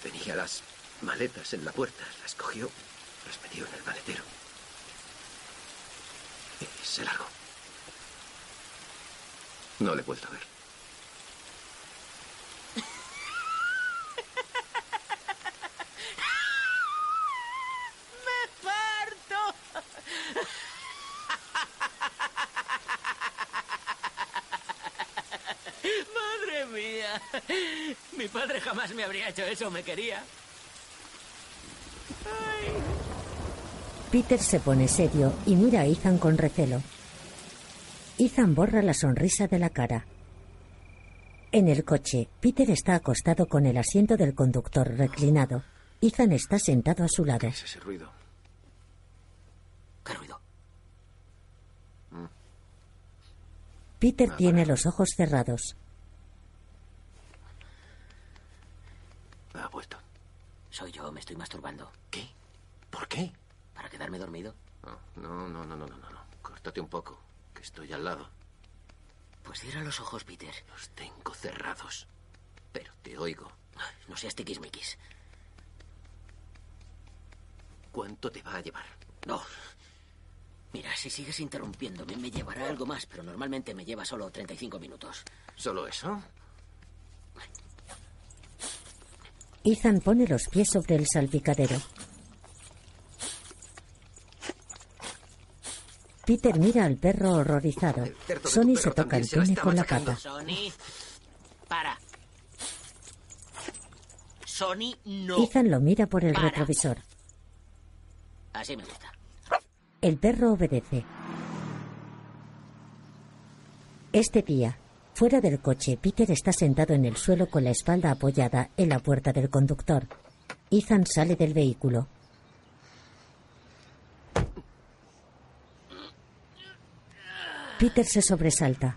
Speaker 2: Tenía las maletas en la puerta, las cogió, las metió en el maletero. Y se largó. No le he vuelto a ver.
Speaker 15: ¡Me parto!
Speaker 6: ¡Madre mía! Mi padre jamás me habría hecho eso, me quería.
Speaker 1: Peter se pone serio y mira a Ethan con recelo. Ethan borra la sonrisa de la cara. En el coche, Peter está acostado con el asiento del conductor reclinado. Ethan está sentado a su lado.
Speaker 2: Ese ruido.
Speaker 6: ¿Qué ruido?
Speaker 1: Peter tiene los ojos cerrados.
Speaker 2: ha vuelto.
Speaker 6: Soy yo, me estoy masturbando.
Speaker 2: ¿Qué? ¿Por qué?
Speaker 6: ¿Para quedarme dormido?
Speaker 2: Ah, No, no, no, no, no, no. no. Córtate un poco, que estoy al lado.
Speaker 6: Pues cierra los ojos, Peter.
Speaker 2: Los tengo cerrados. Pero te oigo.
Speaker 6: Ay, No seas tiquismiquis.
Speaker 2: ¿Cuánto te va a llevar?
Speaker 6: No. Mira, si sigues interrumpiéndome, me llevará algo más, pero normalmente me lleva solo 35 minutos.
Speaker 2: ¿Solo eso?
Speaker 1: Ethan pone los pies sobre el salpicadero. Peter mira al perro horrorizado.
Speaker 6: terzo de
Speaker 1: Sony
Speaker 6: tu
Speaker 1: se
Speaker 6: perro
Speaker 1: toca
Speaker 6: también
Speaker 1: el
Speaker 6: se lo
Speaker 1: pene
Speaker 6: está
Speaker 1: con la
Speaker 6: machacando.
Speaker 1: pata.
Speaker 6: Sony, para. Sony, no.
Speaker 1: Ethan lo mira por el
Speaker 6: Para.
Speaker 1: retrovisor.
Speaker 6: Así me gusta.
Speaker 1: El perro obedece. Este día, fuera del coche, Peter está sentado en el suelo con la espalda apoyada en la puerta del conductor. Ethan sale del vehículo. Peter se sobresalta.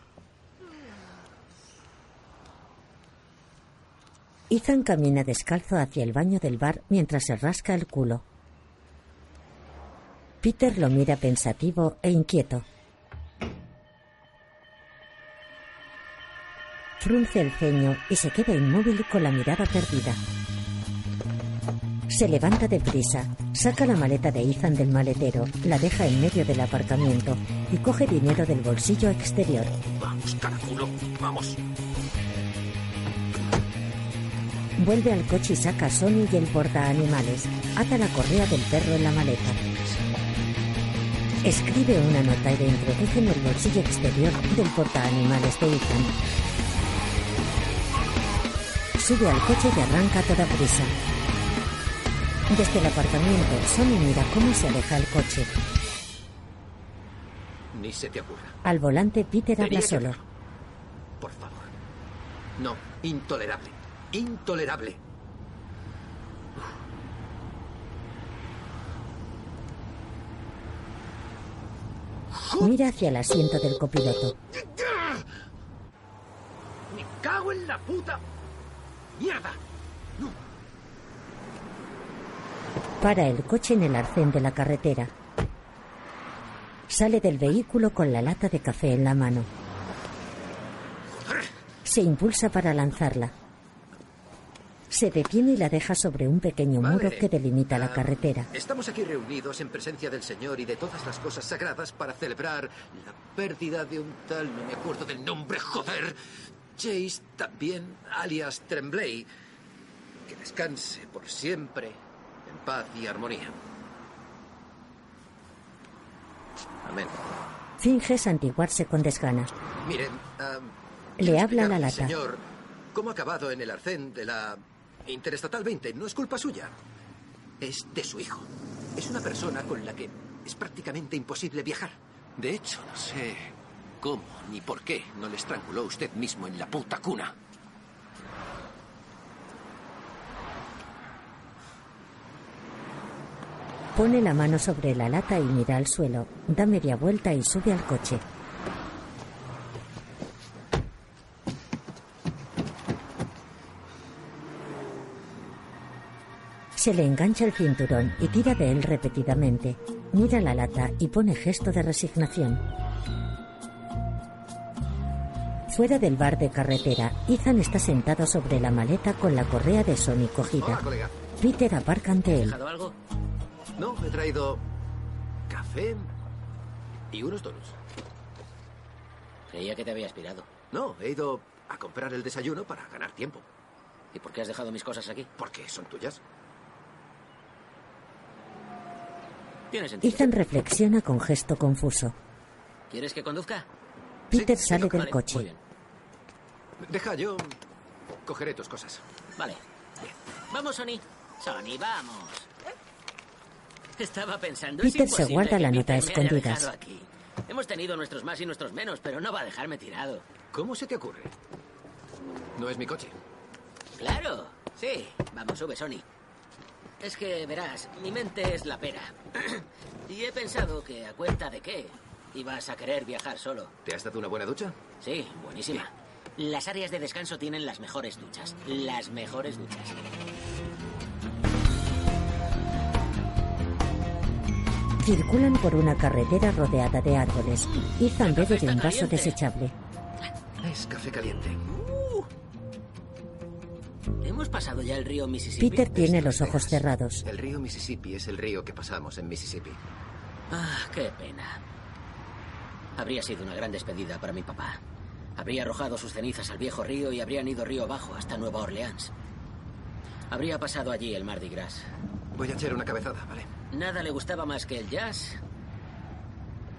Speaker 1: Ethan camina descalzo hacia el baño del bar mientras se rasca el culo. Peter lo mira pensativo e inquieto. Frunce el ceño y se queda inmóvil con la mirada perdida. Se levanta deprisa, saca la maleta de Ethan del maletero, la deja en medio del aparcamiento y coge dinero del bolsillo exterior.
Speaker 2: Vamos, caraculo, vamos.
Speaker 1: Vuelve al coche y saca a Sony y el porta animales. Ata la correa del perro en la maleta. Escribe una nota y la introduce en el bolsillo exterior del porta animales de Ethan. Sube al coche y arranca a toda prisa. Desde el apartamento, Sony mira cómo se aleja el coche.
Speaker 2: Ni se te ocurra.
Speaker 1: Al volante, Peter
Speaker 2: Tenía
Speaker 1: habla
Speaker 2: que
Speaker 1: solo.
Speaker 2: Por favor. No, intolerable. Intolerable.
Speaker 1: Mira hacia el asiento del copiloto.
Speaker 2: Me cago en la puta. Mierda.
Speaker 1: Para el coche en el arcén de la carretera. Sale del vehículo con la lata de café en la mano. Se impulsa para lanzarla. Se detiene y la deja sobre un pequeño
Speaker 2: Vale.
Speaker 1: muro que delimita la
Speaker 2: Ah,
Speaker 1: carretera.
Speaker 2: Estamos aquí reunidos en presencia del Señor y de todas las cosas sagradas para celebrar la pérdida de un tal, no me acuerdo del nombre, joder. Chase, también, alias Tremblay. Que descanse por siempre en paz y armonía. Amén.
Speaker 1: Finge santiguarse con desgana.
Speaker 2: Miren, ah,
Speaker 1: Le
Speaker 2: quiero
Speaker 1: habla la
Speaker 2: explicarle,
Speaker 1: lata.
Speaker 2: Señor, ¿cómo ha acabado en el arcén de la Interestatal 20? No es culpa suya. Es de su hijo. Es una persona con la que es prácticamente imposible viajar. De hecho, no sé cómo ni por qué no le estranguló usted mismo en la puta cuna.
Speaker 1: Pone la mano sobre la lata y mira al suelo. Da media vuelta y sube al coche. Se le engancha el cinturón y tira de él repetidamente. Mira la lata y pone gesto de resignación. Fuera del bar de carretera, Ethan está sentado sobre la maleta con la correa de Sony cogida.
Speaker 2: Hola, colega.
Speaker 1: Peter aparca ante él.
Speaker 2: ¿Dejado algo? No, he traído café y unos donuts.
Speaker 6: Creía que te había aspirado.
Speaker 2: No, he ido a comprar el desayuno para ganar tiempo.
Speaker 6: ¿Y por qué has dejado mis cosas aquí?
Speaker 2: Porque son tuyas.
Speaker 6: Tiene sentido.
Speaker 1: Ethan reflexiona con gesto confuso.
Speaker 6: ¿Quieres que conduzca?
Speaker 1: Peter
Speaker 6: Sí, sí,
Speaker 1: sale del
Speaker 6: vale, muy
Speaker 1: coche.
Speaker 6: bien.
Speaker 2: Deja, yo cogeré tus cosas.
Speaker 6: Vale. Vamos, Sony. Sony, vamos. Estaba pensando. es
Speaker 1: Peter se
Speaker 6: imposible
Speaker 1: guarda
Speaker 6: que
Speaker 1: la
Speaker 6: Peter
Speaker 1: nota a
Speaker 6: me haya
Speaker 1: escondidas.
Speaker 6: dejado aquí. Hemos tenido nuestros más y nuestros menos, pero no va a dejarme tirado.
Speaker 2: ¿Cómo se te ocurre? No es mi coche.
Speaker 6: Claro, sí. Vamos, sube, Sony. Es que, verás, mi mente es la pera. <clears throat> y he pensado que, a cuenta de qué, ibas a querer viajar solo.
Speaker 2: ¿Te has dado una buena ducha?
Speaker 6: Sí, buenísima. Las áreas de descanso tienen las mejores duchas. Las mejores duchas.
Speaker 1: Circulan por una carretera rodeada de árboles. Ethan bebe de un vaso desechable.
Speaker 2: Es café caliente.
Speaker 6: ¿Hemos pasado ya el río Mississippi?
Speaker 1: Peter tiene los ojos cerrados.
Speaker 2: El río Mississippi es el río que pasamos en Mississippi.
Speaker 6: Ah, qué pena. Habría sido una gran despedida para mi papá. Habría arrojado sus cenizas al viejo río y habrían ido río abajo hasta Nueva Orleans. Habría pasado allí el Mardi Gras.
Speaker 2: Voy a echar una cabezada, ¿vale?
Speaker 6: Nada le gustaba más que el jazz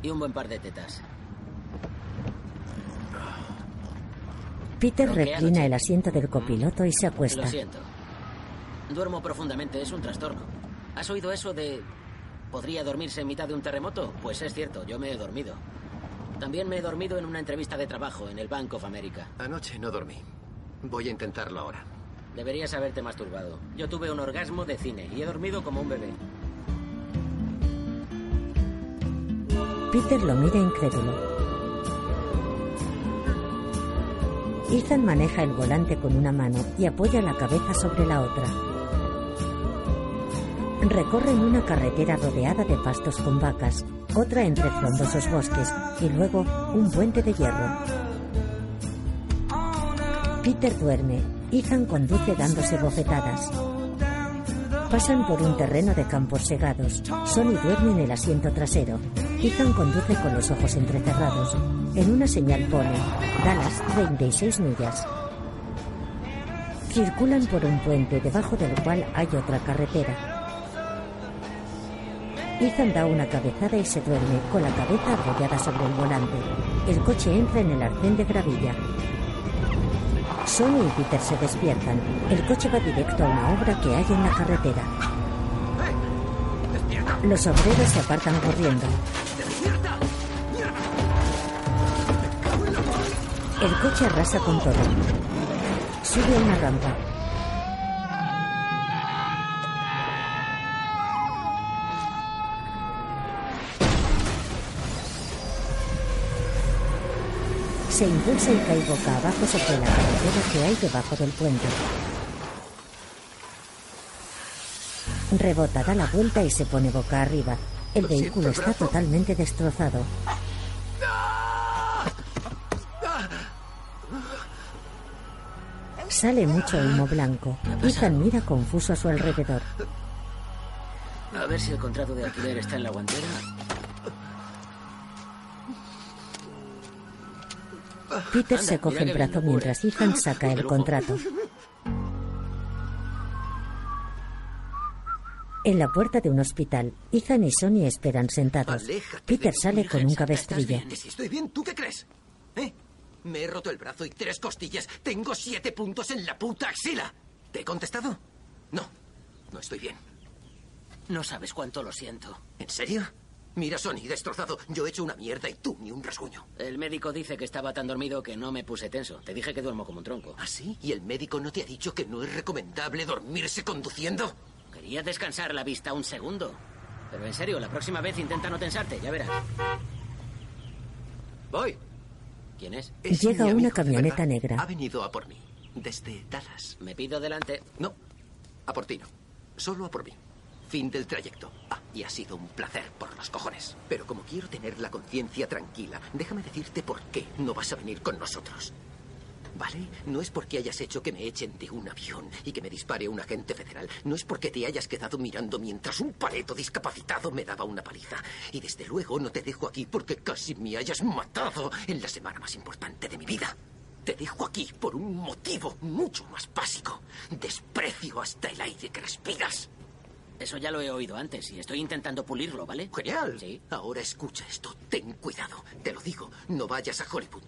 Speaker 6: y un buen par de tetas.
Speaker 1: Peter reclina el asiento del copiloto y se
Speaker 6: Lo
Speaker 1: acuesta.
Speaker 6: siento. Duermo profundamente, es un trastorno. ¿Has oído eso de... ¿Podría dormirse en mitad de un terremoto? Pues es cierto, yo me he dormido. También me he dormido en una entrevista de trabajo en el Bank of America.
Speaker 2: Anoche no dormí. Voy a intentarlo ahora.
Speaker 6: Deberías haberte masturbado. Yo tuve un orgasmo de cine y he dormido como un bebé.
Speaker 1: Peter lo mira incrédulo. Ethan maneja el volante con una mano y apoya la cabeza sobre la otra. Recorren una carretera rodeada de pastos con vacas, otra entre frondosos bosques y luego un puente de hierro. Peter duerme. Ethan conduce dándose bofetadas. Pasan por un terreno de campos segados. Sonny duerme en el asiento trasero. Ethan conduce con los ojos entrecerrados. En una señal pone Dallas, 36 millas. Circulan por un puente debajo del cual hay otra carretera. Ethan da una cabezada y se duerme con la cabeza apoyada sobre el volante. El coche entra en el arcén de gravilla. Sonny y Peter se despiertan. El coche va directo a una obra que hay en la carretera. Los obreros se apartan corriendo. El coche arrasa con todo. Sube a una rampa. Se impulsa y cae boca abajo sobre la carretera que hay debajo del puente. Rebota, da la vuelta y se pone boca arriba. El vehículo está totalmente destrozado. Sale mucho humo blanco. Ethan mira confuso a su alrededor.
Speaker 6: A ver si el contrato de alquiler está en la guantera.
Speaker 1: Peter se
Speaker 6: Anda,
Speaker 1: coge
Speaker 6: mira
Speaker 1: el
Speaker 6: qué
Speaker 1: brazo
Speaker 6: bien,
Speaker 1: mientras Ethan saca el contrato. En la puerta de un hospital, Ethan y Sonny esperan sentados. Peter sale con un cabestrillo.
Speaker 2: Que si estoy bien, ¿tú qué crees? ¿Eh? Me he roto el brazo y tres costillas. Tengo siete puntos en la puta axila. ¿Te he contestado? No, no estoy bien.
Speaker 6: No sabes cuánto lo siento.
Speaker 2: ¿En serio? Mira, Sony, destrozado. Yo he hecho una mierda y tú ni un rasguño.
Speaker 6: El médico dice que estaba tan dormido que no me puse tenso. Te dije que duermo como un tronco.
Speaker 2: ¿Ah, sí? ¿Y el médico no te ha dicho que no es recomendable dormirse conduciendo?
Speaker 6: Quería descansar la vista un segundo. Pero en serio, la próxima vez intenta no tensarte, ya verás.
Speaker 2: Voy.
Speaker 6: ¿Quién es?
Speaker 1: Llega
Speaker 2: mi
Speaker 1: una
Speaker 2: amigo, de
Speaker 1: camioneta
Speaker 2: verdad.
Speaker 1: negra.
Speaker 2: Ha venido a por mí. Desde Dallas.
Speaker 6: Me pido delante.
Speaker 2: No, a por ti no. Solo a por mí. Fin del trayecto. Ah, y ha sido un placer por los cojones. Pero como quiero tener la conciencia tranquila, déjame decirte por qué no vas a venir con nosotros. ¿Vale? No es porque hayas hecho que me echen de un avión y que me dispare un agente federal. No es porque te hayas quedado mirando mientras un paleto discapacitado me daba una paliza. Y desde luego no te dejo aquí porque casi me hayas matado en la semana más importante de mi vida. Te dejo aquí por un motivo mucho más básico. Desprecio hasta el aire que respiras.
Speaker 6: Eso ya lo he oído antes y estoy intentando pulirlo, ¿vale?
Speaker 2: Genial. Ahora escucha esto. Ten cuidado. Te lo digo. No vayas a Hollywood.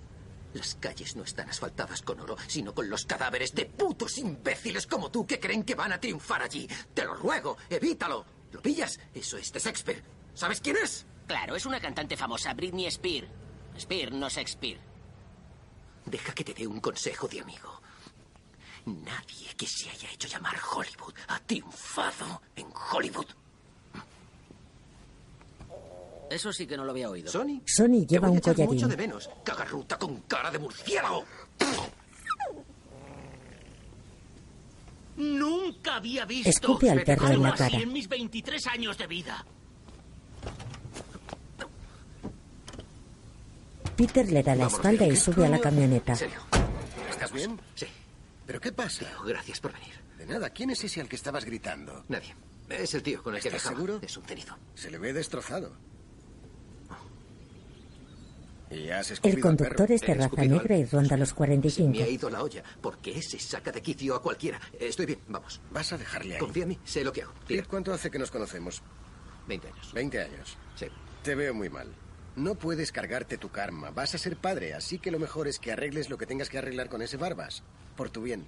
Speaker 2: Las calles no están asfaltadas con oro, sino con los cadáveres de putos imbéciles como tú que creen que van a triunfar allí. Te lo ruego. Evítalo. ¿Lo pillas? Eso es de Shakespeare. ¿Sabes quién es?
Speaker 6: Claro, es una cantante famosa, Britney Spears. Spears, no Shakespeare.
Speaker 2: Deja que te dé un consejo de amigo. Nadie que se haya hecho llamar Hollywood ha triunfado en Hollywood.
Speaker 6: Eso sí que no lo había oído.
Speaker 2: Sony,
Speaker 1: Sonny
Speaker 2: te
Speaker 1: lleva
Speaker 2: voy a
Speaker 1: un
Speaker 2: echar mucho
Speaker 1: collarín.
Speaker 2: de menos. Cagarruta con cara de murciélago.
Speaker 17: Nunca había visto
Speaker 1: Escupe al perro en
Speaker 17: algo
Speaker 1: la
Speaker 17: así
Speaker 1: cara.
Speaker 17: en mis 23 años de vida.
Speaker 1: Peter le da la espalda
Speaker 2: ¿eh?
Speaker 1: y sube a la camioneta.
Speaker 3: ¿Estás bien?
Speaker 2: Sí.
Speaker 3: ¿Pero qué pasa?
Speaker 2: gracias por venir.
Speaker 3: De nada, ¿quién es ese al que estabas gritando?
Speaker 2: Nadie. Es el tío con el que
Speaker 3: ¿Estás
Speaker 2: viajaba.
Speaker 3: seguro?
Speaker 2: Es un cenizo.
Speaker 3: Se le ve destrozado. ¿Y has escupido
Speaker 1: El
Speaker 3: al
Speaker 1: conductor
Speaker 3: perro?
Speaker 1: es de raza negra y ronda los 45.
Speaker 2: Me ha ido la olla, porque ese saca de quicio a cualquiera. Eh, Estoy bien, vamos.
Speaker 3: ¿Vas a dejarle ahí?
Speaker 2: Confía en mí, sé lo que hago.
Speaker 3: ¿Y cuánto hace que nos conocemos?
Speaker 2: 20 años.
Speaker 3: 20 años.
Speaker 2: Sí.
Speaker 3: Te veo muy mal. No puedes cargarte tu karma. Vas a ser padre, así que lo mejor es que arregles lo que tengas que arreglar con ese barbas. Por tu bien.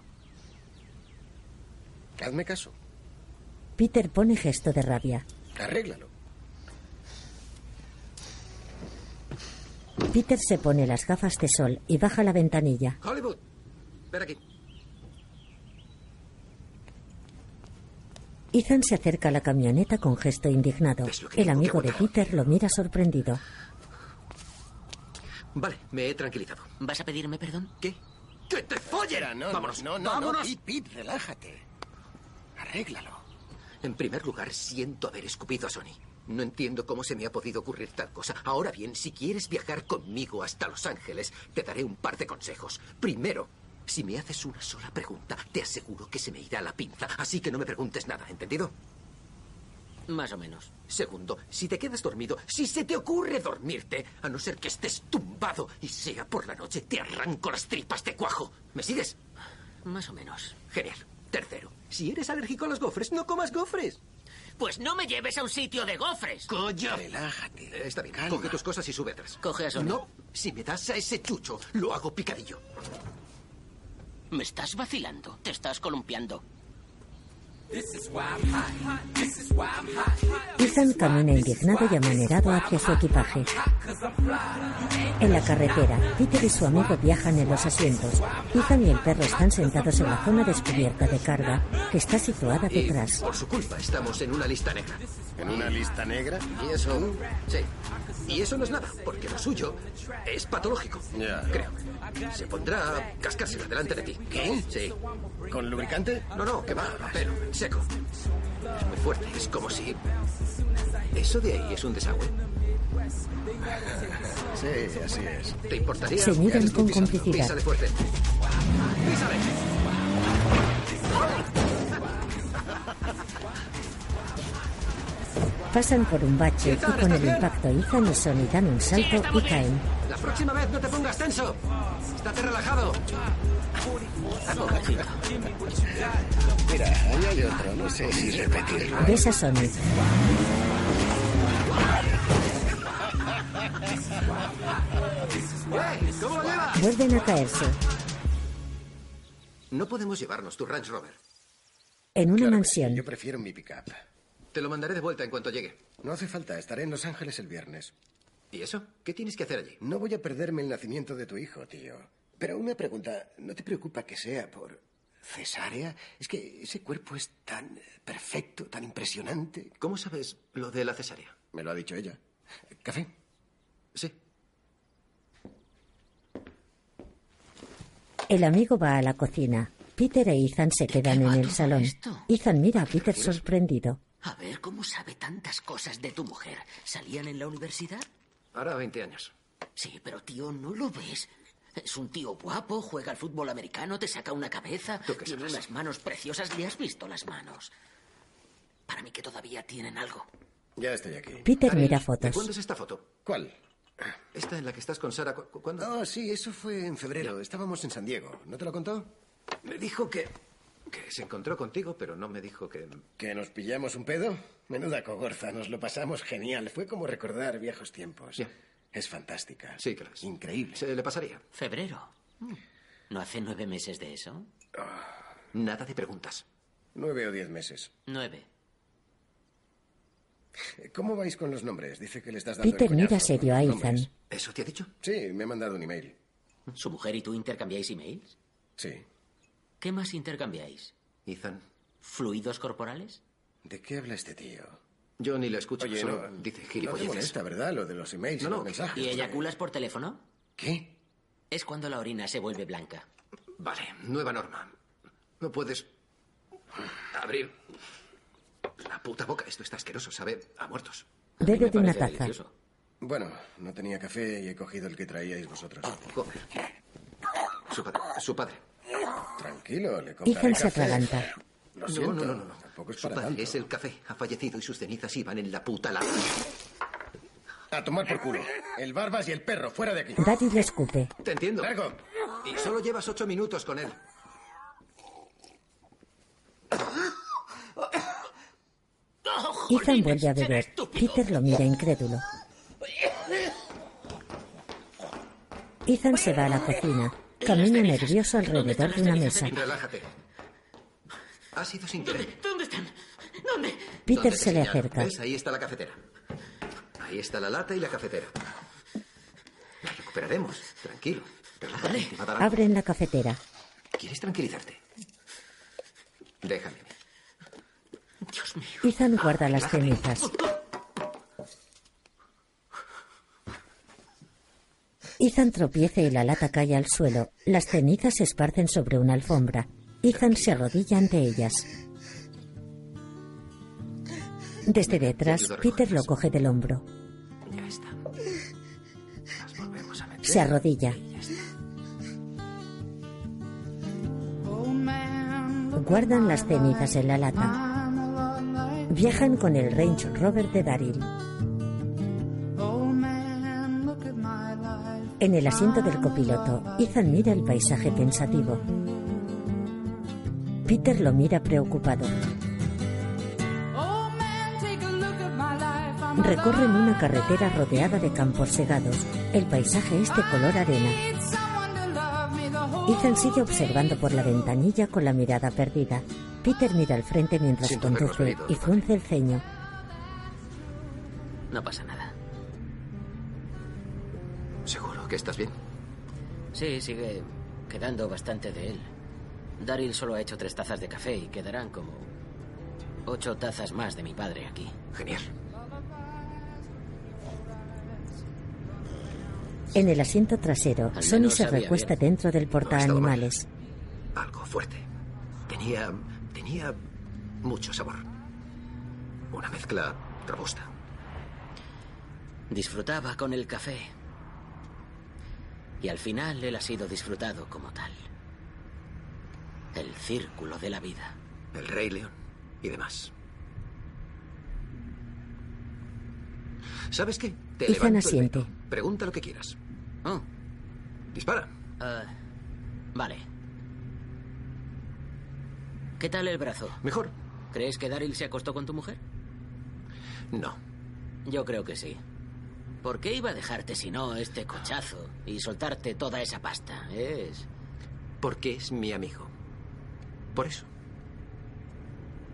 Speaker 3: Hazme caso.
Speaker 1: Peter pone gesto de rabia.
Speaker 3: Arréglalo.
Speaker 1: Peter se pone las gafas de sol y baja la ventanilla.
Speaker 2: Hollywood, ven aquí.
Speaker 1: Ethan se acerca a la camioneta con gesto indignado. El amigo de Peter lo mira sorprendido.
Speaker 2: Vale, me he tranquilizado.
Speaker 6: ¿Vas a pedirme perdón?
Speaker 2: ¿Qué? ¡Que te follen!
Speaker 3: Espera, no, no,
Speaker 2: vámonos,
Speaker 3: no, no,
Speaker 2: vámonos.
Speaker 3: no, Pete, Pete, relájate. Arréglalo.
Speaker 2: En primer lugar, siento haber escupido a Sony. No entiendo cómo se me ha podido ocurrir tal cosa. Ahora bien, si quieres viajar conmigo hasta Los Ángeles, te daré un par de consejos. Primero, si me haces una sola pregunta, te aseguro que se me irá la pinza. Así que no me preguntes nada, ¿entendido?
Speaker 6: Más o menos.
Speaker 2: Segundo, si te quedas dormido, si se te ocurre dormirte, a no ser que estés tumbado y sea por la noche, te arranco las tripas de cuajo. ¿Me sigues?
Speaker 6: Más o menos.
Speaker 2: Genial. Tercero, si eres alérgico a los gofres, no comas gofres.
Speaker 6: Pues no me lleves a un sitio de gofres.
Speaker 2: ¡Coño! Relájate. Está bien, coge tus cosas y sube atrás.
Speaker 6: Coge a Sony.
Speaker 2: No, si me das a ese chucho, lo hago picadillo.
Speaker 6: Me estás vacilando. Te estás columpiando.
Speaker 1: Ethan camina indignado y amanerado hacia su equipaje. En la carretera, Peter y su amigo viajan en los asientos. Ethan y el perro están sentados en la zona descubierta de carga, que está situada
Speaker 2: Y
Speaker 1: detrás.
Speaker 2: por su culpa estamos en una lista negra.
Speaker 3: ¿En una lista negra?
Speaker 2: Y eso. Sí. Y eso no es nada, porque lo suyo es patológico. Creo. Se pondrá a cascársela delante de ti. ¿Qué? Sí.
Speaker 3: ¿Con lubricante? Ah,
Speaker 2: No, no, que va, a pelo, seco. Es muy fuerte, es como si. Eso de ahí es un desagüe.
Speaker 3: Sí, así es.
Speaker 2: ¿Te importaría?
Speaker 1: Se miran
Speaker 2: Estoy
Speaker 1: con
Speaker 2: pisando.
Speaker 1: complicidad.
Speaker 2: Písale fuerte. Písale.
Speaker 1: Pasan por un bache y con el impacto Ethan y Sony dan un salto y caen.
Speaker 2: La próxima vez no te pongas tenso. Estate relajado. Ah,
Speaker 3: Mira, ahí hay otro. No sé si repetirlo.
Speaker 1: Ves a Sony. Vuelven a caerse.
Speaker 2: No podemos llevarnos tu Range Rover.
Speaker 1: En una mansión,
Speaker 3: Yo prefiero mi pickup.
Speaker 2: Te lo mandaré de vuelta en cuanto llegue.
Speaker 3: No hace falta, estaré en Los Ángeles el viernes.
Speaker 2: ¿Y eso? ¿Qué tienes que hacer allí?
Speaker 3: No voy a perderme el nacimiento de tu hijo, tío. Pero una pregunta, ¿no te preocupa que sea por cesárea? Es que ese cuerpo es tan eh, perfecto, tan impresionante.
Speaker 2: ¿Cómo sabes lo de la cesárea?
Speaker 3: Me lo ha dicho ella. ¿Café?
Speaker 2: Sí.
Speaker 1: el amigo va a la cocina. Peter e Ethan se quedan en el salón. Ethan mira a Peter sorprendido.
Speaker 6: A ver, ¿cómo sabe tantas cosas de tu mujer? ¿Salían en la universidad?
Speaker 2: Ahora 20 años.
Speaker 6: Sí, pero tío, ¿no lo ves? Es un tío guapo, juega al fútbol americano, te saca una cabeza, tiene unas manos preciosas. ¿Le has visto las manos? Para mí que todavía tienen algo.
Speaker 3: Ya estoy aquí.
Speaker 1: Peter
Speaker 2: Harry,
Speaker 1: mira
Speaker 2: ¿de
Speaker 1: fotos.
Speaker 2: ¿Cuándo es esta foto?
Speaker 3: ¿Cuál?
Speaker 2: Esta en la que estás con Sara. ¿cu- cu- ¿Cuándo?
Speaker 3: Oh, sí, eso fue en febrero. Estábamos en San Diego. ¿No te lo contó?
Speaker 2: Me dijo que. que se encontró contigo, pero no me dijo que.
Speaker 3: ¿Que nos pillamos un pedo? Menuda cogorza, nos lo pasamos genial. Fue como recordar viejos tiempos. Es fantástica.
Speaker 2: Sí, que lo es.
Speaker 3: Increíble.
Speaker 2: Se le pasaría.
Speaker 6: Febrero. ¿No hace nueve meses de eso?
Speaker 2: Nada de preguntas.
Speaker 3: Nueve o diez meses.
Speaker 6: Nueve.
Speaker 3: ¿Cómo vais con los nombres? Dice que le estás dando
Speaker 1: Peter
Speaker 3: el
Speaker 1: mira
Speaker 3: coñazo.
Speaker 1: serio a Ethan.
Speaker 3: Nombres.
Speaker 2: ¿Eso te ha dicho?
Speaker 3: Sí, me ha mandado un email.
Speaker 6: ¿Su mujer y tú intercambiáis emails?
Speaker 3: Sí.
Speaker 6: ¿Qué más intercambiáis?
Speaker 2: Ethan.
Speaker 6: ¿Fluidos corporales?
Speaker 3: ¿De qué habla este tío?
Speaker 2: Yo ni le escucho.
Speaker 3: Oye,
Speaker 2: solo
Speaker 3: no,
Speaker 2: dice
Speaker 3: No te
Speaker 2: gilipolleces.
Speaker 3: molesta, ¿verdad? Lo de los emails y
Speaker 2: No, no,
Speaker 3: los mensajes.
Speaker 6: ¿Y eyaculas por teléfono?
Speaker 3: ¿Qué?
Speaker 6: Es cuando la orina se vuelve blanca.
Speaker 2: Vale, nueva norma. No puedes Abrir la puta boca. Esto está asqueroso, sabe a muertos.
Speaker 1: Bebe de una taza.
Speaker 18: Bueno, no tenía café y he cogido el que traíais vosotros.
Speaker 2: Ah. Su padre. Su padre.
Speaker 18: Tranquilo, le compraré
Speaker 1: Ethan se
Speaker 18: café.
Speaker 1: atraganta.
Speaker 18: Lo
Speaker 2: no,
Speaker 18: siento,
Speaker 2: no, no, no, no.
Speaker 18: Tampoco es
Speaker 2: Su
Speaker 18: para
Speaker 2: padre
Speaker 18: tanto.
Speaker 2: es el café. Ha fallecido y sus cenizas iban en la puta lata.
Speaker 18: A tomar por culo. El Barbas y el perro, fuera de aquí.
Speaker 1: Daddy le escupe.
Speaker 2: Te entiendo. Y solo llevas ocho minutos con él.
Speaker 1: Ethan vuelve a beber. Peter lo mira incrédulo. Ethan se va a la cocina. Camina nervioso alrededor de una
Speaker 2: Este
Speaker 1: mesa.
Speaker 2: Relájate. Ha sido sin querer.
Speaker 15: ¿Dónde están? ¿Dónde?
Speaker 1: Peter
Speaker 2: ¿Dónde te
Speaker 1: se le
Speaker 2: señalo?
Speaker 1: acerca.
Speaker 2: ¿Ves? Ahí está la cafetera. Ahí está la lata y la cafetera. La recuperaremos. Tranquilo. Relájate, te va a dar algo.
Speaker 1: Abren la cafetera.
Speaker 2: ¿Quieres tranquilizarte? Déjame. Dios mío.
Speaker 1: Ethan guarda las cenizas. Ethan tropieza y la lata cae al suelo. Las cenizas se esparcen sobre una alfombra. Ethan se arrodilla ante ellas. Desde detrás, Peter lo coge del hombro.
Speaker 2: Ya está. Las volvemos a meter.
Speaker 1: Se arrodilla. Em, Guardan las cenizas en la lata. Viajan con el Range Rover de Daryl. En el asiento del copiloto, Ethan mira el paisaje pensativo. Peter lo mira preocupado. Recorren una carretera rodeada de campos segados. El paisaje es de color arena. Ethan sigue observando por la ventanilla con la mirada perdida. Peter mira al frente mientras
Speaker 6: Siento haberlos
Speaker 1: conduce
Speaker 6: reído,
Speaker 1: y
Speaker 6: Ethan.
Speaker 1: frunce el ceño.
Speaker 6: No pasa nada.
Speaker 2: ¿Seguro que estás bien?
Speaker 6: Sí, sigue quedando bastante de él. Daryl solo ha hecho tres tazas de café y quedarán como ocho tazas más de mi padre aquí.
Speaker 2: Genial.
Speaker 1: En el asiento trasero,
Speaker 2: menos
Speaker 1: Sonny se
Speaker 2: sabía
Speaker 1: recuesta
Speaker 2: bien.
Speaker 1: dentro del portaanimales.
Speaker 2: Algo fuerte. Tenía. tenía mucho sabor. Una mezcla robusta.
Speaker 6: Disfrutaba con el café. Y al final él ha sido disfrutado como tal. El círculo de la vida.
Speaker 2: El Rey León y demás. ¿Sabes qué? Te
Speaker 1: Ethan
Speaker 2: levanto el
Speaker 1: asiente.
Speaker 2: veto. Pregunta lo que quieras.
Speaker 6: Oh.
Speaker 2: Dispara.
Speaker 6: Ah, vale. ¿Qué tal el brazo?
Speaker 2: Mejor.
Speaker 6: ¿Crees que Daryl se acostó con tu mujer?
Speaker 2: No.
Speaker 6: Yo creo que sí. ¿Por qué iba a dejarte si no este cochazo y soltarte toda esa pasta? Es.
Speaker 2: Porque es mi amigo. Por eso.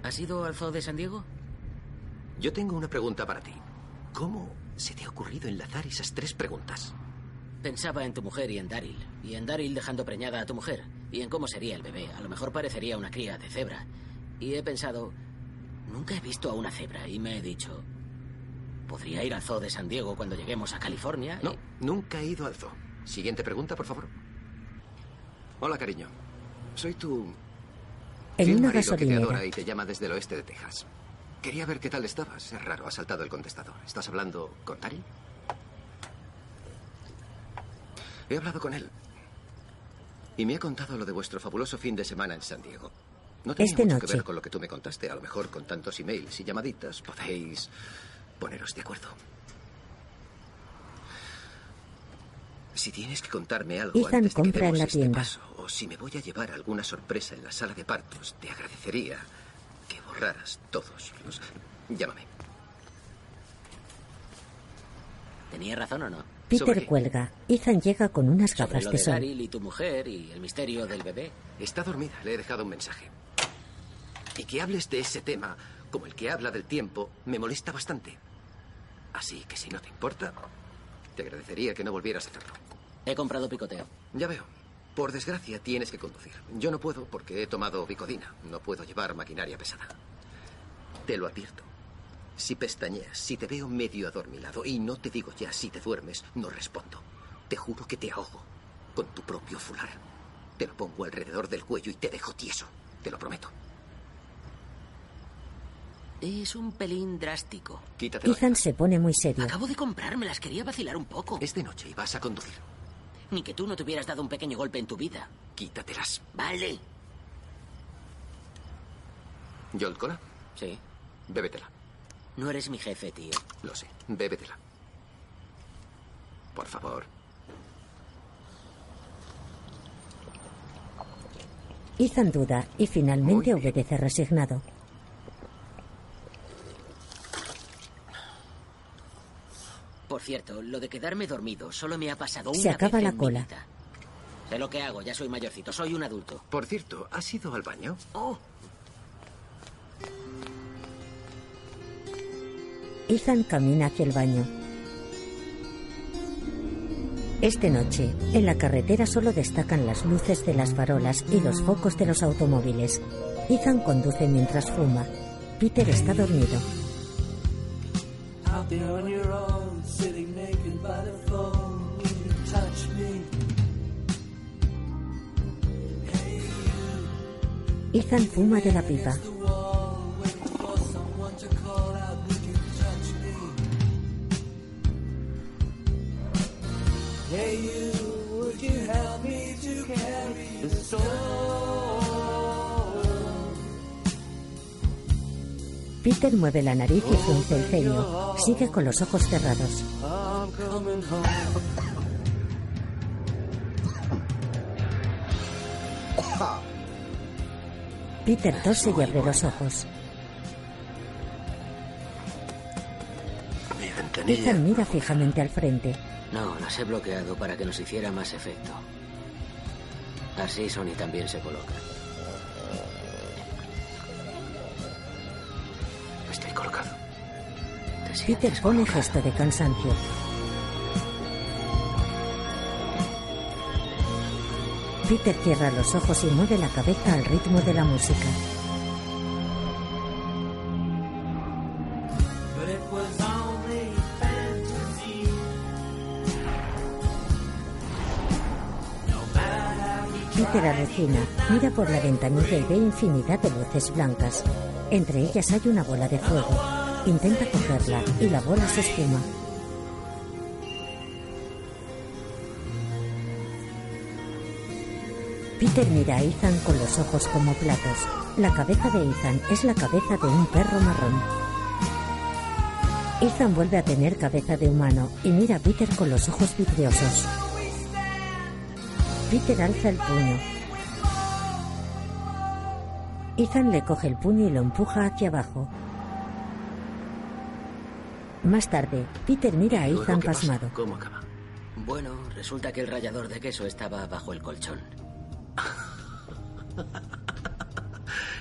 Speaker 6: ¿Has ido al zoo de San Diego?
Speaker 2: Yo tengo una pregunta para ti. ¿Cómo se te ha ocurrido enlazar esas tres preguntas?
Speaker 6: Pensaba en tu mujer y en Daryl. Y en Daryl dejando preñada a tu mujer. Y en cómo sería el bebé. A lo mejor parecería una cría de cebra. Y he pensado. Nunca he visto a una cebra. Y me he dicho. Podría ir al zoo de San Diego cuando lleguemos a California. y-
Speaker 2: No, nunca he ido al zoo. Siguiente pregunta, por favor. Hola, cariño. Soy tu
Speaker 1: En
Speaker 2: fiel
Speaker 1: una
Speaker 2: marido que te
Speaker 1: gasolinera,
Speaker 2: adora y te llama desde el oeste de Texas. Quería ver qué tal estabas. Es raro, ha saltado el contestador. ¿Estás hablando con Daryl? He hablado con él. Y me ha contado lo de vuestro fabuloso fin de semana en San Diego. No tenía
Speaker 1: Este
Speaker 2: mucho que
Speaker 1: noche.
Speaker 2: ver con lo que tú me contaste. A lo mejor con tantos emails y llamaditas podéis poneros de acuerdo. Si tienes que contarme algo
Speaker 1: Ethan
Speaker 2: antes de que
Speaker 1: compra en
Speaker 2: demos
Speaker 1: la
Speaker 2: este
Speaker 1: tienda.
Speaker 2: paso, o si me voy a llevar alguna sorpresa en la sala de partos, te agradecería que borraras todos los... Llámame.
Speaker 6: ¿Tenía razón o no?
Speaker 1: Peter cuelga. Ethan llega con unas
Speaker 6: Sobre
Speaker 1: gafas
Speaker 6: lo
Speaker 1: de
Speaker 6: de
Speaker 1: sol.
Speaker 6: Daryl y tu mujer y el misterio del bebé.
Speaker 2: Está dormida, le he dejado un mensaje. Y que hables de ese tema, como el que habla del tiempo, me molesta bastante. Así que si no te importa, te agradecería que no volvieras a hacerlo.
Speaker 6: He comprado picoteo.
Speaker 2: Ya veo. Por desgracia, tienes que conducir. Yo no puedo porque he tomado bicodina. No puedo llevar maquinaria pesada. Te lo advierto. Si pestañeas, si te veo medio adormilado y no te digo ya si te duermes, no respondo. Te juro que te ahogo con tu propio fular. Te lo pongo alrededor del cuello y te dejo tieso. Te lo prometo.
Speaker 6: Es un pelín drástico.
Speaker 2: Quítatelo.
Speaker 1: Ethan se pone muy serio.
Speaker 6: Acabo de comprármelas, quería vacilar un poco.
Speaker 2: Es de Este noche y vas a conducir.
Speaker 6: Ni que tú no te hubieras dado un pequeño golpe en tu vida.
Speaker 2: Quítatelas.
Speaker 6: Vale.
Speaker 2: ¿Yo cola?
Speaker 6: Sí.
Speaker 2: Bébetela.
Speaker 6: No eres mi jefe, tío.
Speaker 2: Lo sé. Bébetela. Por favor.
Speaker 1: Ethan duda y finalmente obedece resignado.
Speaker 6: Por cierto, lo de quedarme dormido solo me ha pasado una
Speaker 1: Se acaba
Speaker 6: vez
Speaker 1: la
Speaker 6: en mi
Speaker 1: cola.
Speaker 6: vida. Sé lo que hago, ya soy mayorcito, soy un adulto.
Speaker 2: Por cierto, ¿has ido al baño?
Speaker 6: Oh,
Speaker 1: Ethan camina hacia el baño. Esta noche, en la carretera solo destacan las luces de las farolas y los focos de los automóviles. Ethan conduce mientras fuma. Peter está dormido.
Speaker 19: Out there on your own, sitting naked by the phone. Will you touch me?
Speaker 1: Ethan fuma de la pipa.
Speaker 19: The wall, waiting for someone to call out. Will you touch me? Hey, you, would you help me to carry the stone?
Speaker 1: Peter mueve la nariz y frunce el ceño. Sigue con los ojos cerrados.
Speaker 19: I'm coming home.
Speaker 1: Peter tose y abre los ojos.
Speaker 2: Mi ventanilla.
Speaker 1: Ethan mira fijamente al frente.
Speaker 6: no, las he bloqueado para que nos hiciera más efecto. Así Sony también se coloca.
Speaker 2: Estoy colocado.
Speaker 1: Peter pone gesto de cansancio. Peter cierra los ojos y mueve la cabeza al ritmo de la música.
Speaker 19: But it was only fantasy.
Speaker 1: Peter alucina, mira por la ventanilla y ve infinidad de luces blancas. Entre ellas hay una bola de fuego. Intenta cogerla y la bola se esfuma. Peter mira a Ethan con los ojos como platos. La cabeza de Ethan es la cabeza de un perro marrón. Ethan vuelve a tener cabeza de humano y mira a Peter con los ojos vidriosos. Peter alza el puño. Ethan le coge el puño y lo empuja hacia abajo. Más tarde, Peter mira a
Speaker 6: ¿Y luego
Speaker 1: Ethan
Speaker 6: qué pasa?
Speaker 1: pasmado.
Speaker 2: ¿Cómo acaba?
Speaker 6: Bueno, resulta que el rallador de queso estaba bajo el colchón.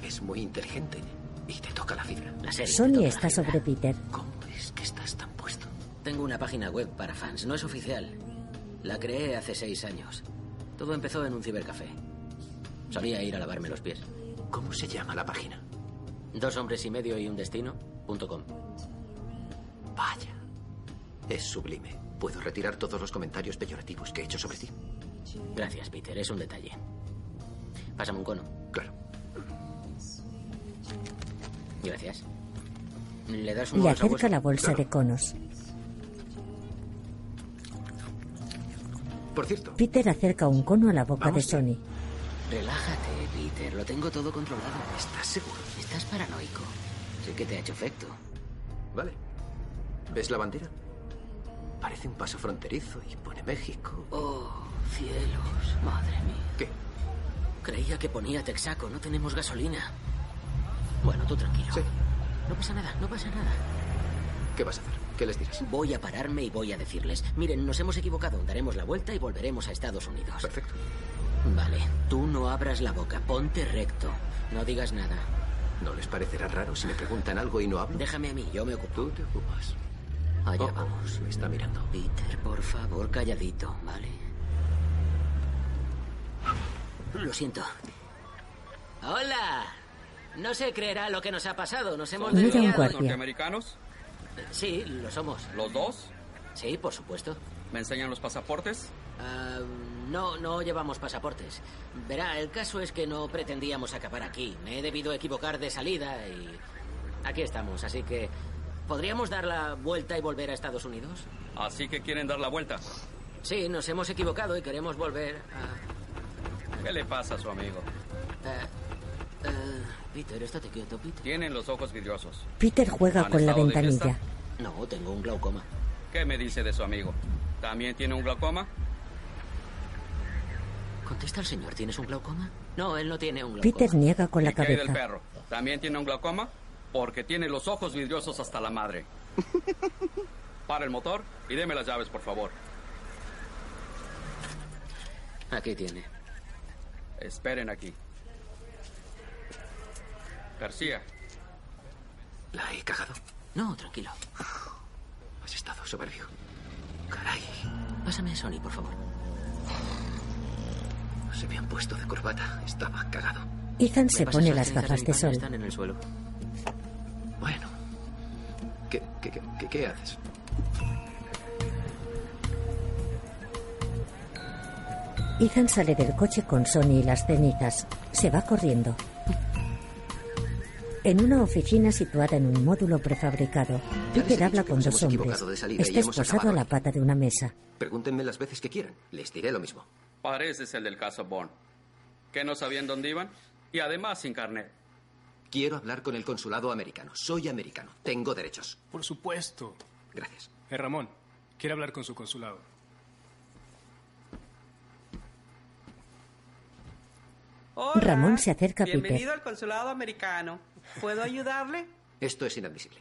Speaker 2: Es muy inteligente y te toca la fibra.
Speaker 6: La serie.
Speaker 1: Sony está sobre Peter.
Speaker 2: Es que estás tan puesto.
Speaker 6: Tengo una página web para fans, no es oficial. La creé hace seis años. Todo empezó en un cibercafé. Solía ir a lavarme los pies.
Speaker 2: ¿Cómo se llama la página?
Speaker 6: Dos hombres y medio y un destino. punto com.
Speaker 2: Vaya. Es sublime. Puedo retirar todos los comentarios peyorativos que he hecho sobre ti.
Speaker 6: Gracias, Peter, es un detalle. Pásame un cono.
Speaker 2: Claro.
Speaker 6: Gracias. Le das un
Speaker 1: Le acerca la bolsa de conos.
Speaker 2: Por cierto,
Speaker 1: Peter acerca un cono a la boca de Sony.
Speaker 6: Relájate, Peter. Lo tengo todo controlado. ¿Estás seguro? Estás paranoico. Sé que te ha hecho efecto.
Speaker 2: Vale. ¿Ves la bandera? Parece un paso fronterizo y pone México.
Speaker 6: Oh, cielos. Madre mía.
Speaker 2: ¿Qué?
Speaker 6: Creía que ponía Texaco. No tenemos gasolina. Bueno, tú tranquilo. No pasa nada, no pasa nada.
Speaker 2: ¿Qué vas a hacer? ¿Qué les dirás?
Speaker 6: Voy a pararme y voy a decirles, miren, nos hemos equivocado, daremos la vuelta y volveremos a Estados Unidos.
Speaker 2: Perfecto.
Speaker 6: Vale, tú no abras la boca, ponte recto, no digas nada.
Speaker 2: ¿No les parecerá raro si me preguntan algo y no hablo?
Speaker 6: Déjame a mí, yo me ocupo.
Speaker 2: Tú te ocupas.
Speaker 6: Allá
Speaker 2: Oh, oh,
Speaker 6: vamos.
Speaker 2: Me está mirando.
Speaker 6: Peter, por favor, calladito, ¿vale? Lo siento. ¡Hola! No se creerá lo que nos ha pasado, nos hemos
Speaker 1: Mira un
Speaker 6: desviado.
Speaker 1: guardia.
Speaker 5: norteamericanos?
Speaker 6: Sí, lo somos.
Speaker 5: ¿Los dos?
Speaker 6: Sí, por supuesto.
Speaker 5: ¿Me enseñan los pasaportes?
Speaker 6: Ah, no, no llevamos pasaportes. Verá, el caso es que no pretendíamos acabar aquí. Me he debido equivocar de salida y Aquí estamos, así que... ¿Podríamos dar la vuelta y volver a Estados Unidos?
Speaker 5: Así que quieren dar la vuelta.
Speaker 6: Sí, nos hemos equivocado y queremos volver a...
Speaker 5: ¿Qué le pasa a su amigo?
Speaker 6: Eh, eh, Peter, estate quieto, Peter.
Speaker 5: Tienen los ojos vidriosos.
Speaker 1: Peter juega
Speaker 5: ¿Han
Speaker 1: con la
Speaker 5: estado de
Speaker 1: ventanilla.
Speaker 6: No, tengo un glaucoma.
Speaker 5: ¿Qué me dice de su amigo? ¿También tiene un glaucoma?
Speaker 6: Contesta al señor, ¿tienes un glaucoma? No, él no tiene un glaucoma.
Speaker 1: Peter niega con la
Speaker 5: ¿Y qué hay del
Speaker 1: cabeza.
Speaker 5: perro? ¿También tiene un glaucoma? Porque tiene los ojos vidriosos hasta
Speaker 1: <laughs>
Speaker 5: la madre. Para el motor y deme las llaves, por favor.
Speaker 6: Aquí tiene.
Speaker 5: Esperen aquí. García.
Speaker 2: ¿La he cagado?
Speaker 6: No, tranquilo.
Speaker 2: Has estado soberbio. Caray.
Speaker 6: Pásame Sony, por favor.
Speaker 2: Se me han puesto de corbata. Estaba cagado.
Speaker 1: Ethan se
Speaker 6: ¿Me pasas
Speaker 1: pone
Speaker 6: las
Speaker 1: las
Speaker 6: cenizas de
Speaker 1: gafas
Speaker 6: mi
Speaker 1: de
Speaker 6: padre?
Speaker 1: sol.
Speaker 6: Están en el suelo.
Speaker 2: Bueno. ¿Qué, qué, qué, qué- qué haces?
Speaker 1: Ethan sale del coche con Sony y las cenizas. Se va corriendo. En una oficina situada en un módulo prefabricado, Peter habla con
Speaker 2: nos
Speaker 1: dos
Speaker 2: hemos equivocado
Speaker 1: hombres.
Speaker 2: de salida y
Speaker 1: Está
Speaker 2: hemos
Speaker 1: esposado a
Speaker 2: acabado
Speaker 1: la pata de una mesa.
Speaker 2: Pregúntenme las veces que quieran. Les diré lo mismo.
Speaker 5: Pareces el del caso Bourne. Que no sabían dónde iban y además sin carnet.
Speaker 2: Quiero hablar con el consulado americano. Soy americano. Tengo derechos.
Speaker 20: Por supuesto.
Speaker 2: Gracias.
Speaker 20: Eh, Ramón, quiere hablar con su consulado.
Speaker 21: Hola.
Speaker 1: Ramón se acerca a Peter.
Speaker 21: Bienvenido al consulado americano. ¿Puedo ayudarle?
Speaker 2: Esto es inadmisible.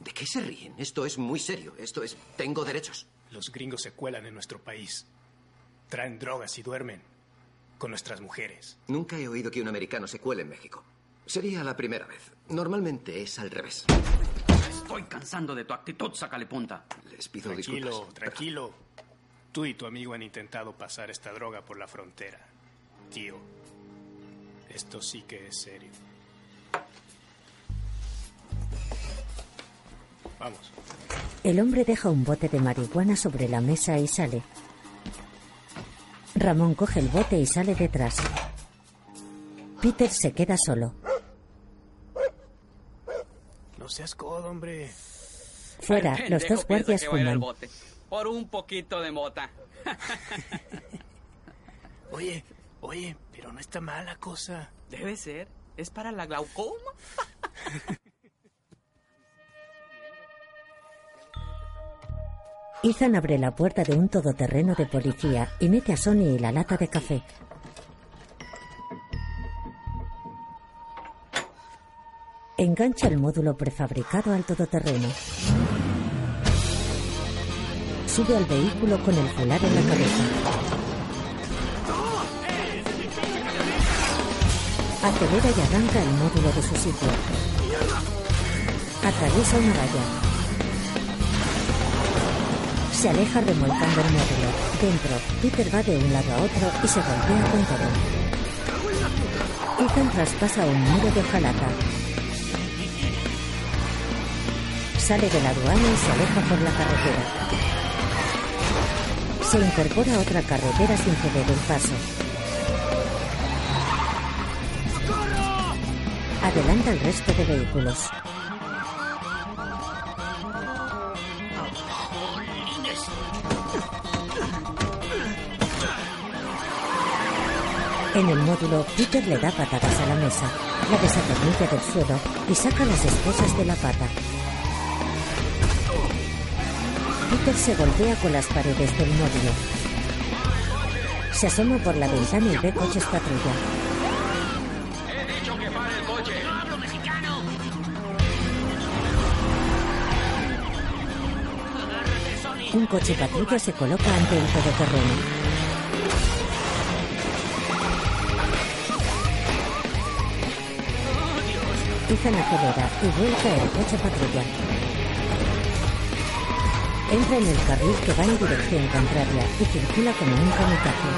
Speaker 2: ¿De qué se ríen? Esto es muy serio. Esto es... Tengo derechos.
Speaker 20: Los gringos se cuelan en nuestro país. Traen drogas y duermen con nuestras mujeres.
Speaker 2: Nunca he oído que un americano se cuele en México. Sería la primera vez. Normalmente es al revés.
Speaker 5: Estoy cansando de tu actitud, sácale punta.
Speaker 2: Les pido
Speaker 20: tranquilo,
Speaker 2: disculpas.
Speaker 20: tranquilo. Tú y tu amigo han intentado pasar esta droga por la frontera. Tío, esto sí que es serio. Vamos.
Speaker 1: El hombre deja un bote de marihuana sobre la mesa y sale. Ramón coge el bote y sale detrás. Peter se queda solo.
Speaker 20: No seas codo, hombre.
Speaker 1: Fuera,
Speaker 5: El
Speaker 1: los dos
Speaker 5: pendejo
Speaker 1: guardias
Speaker 5: piensa que va a ir al
Speaker 1: fuman.
Speaker 5: bote. Por un poquito de mota.
Speaker 20: Oye, oye, pero no está mala cosa.
Speaker 21: Debe ser. ¿Es para la glaucoma?
Speaker 1: Ethan abre la puerta de un todoterreno de policía y mete a Sony y la lata de café. Engancha el módulo prefabricado al todoterreno. Sube al vehículo con el fular en la cabeza. Acelera y arranca el módulo de su sitio. Atraviesa una valla. Se aleja remolcando el módulo. Dentro, Peter va de un lado a otro y se golpea con todo. Ethan traspasa un muro de hojalata. Sale de la aduana y se aleja por la carretera. Se incorpora a otra carretera sin ceder el paso. Adelanta el resto de vehículos. En el módulo, Peter le da patadas a la mesa, la desatornilla del suelo y saca las esposas de la pata. Peter se golpea con las paredes del módulo. Se asoma por la ventana y ve coches patrulla.
Speaker 5: He dicho que pare el coche. hablo mexicano!
Speaker 1: Un coche patrulla se coloca ante el todoterreno. Ethan acelera y vuelca el coche patrulla. Entra en el carril que va en dirección contraria y circula como un kamikaze.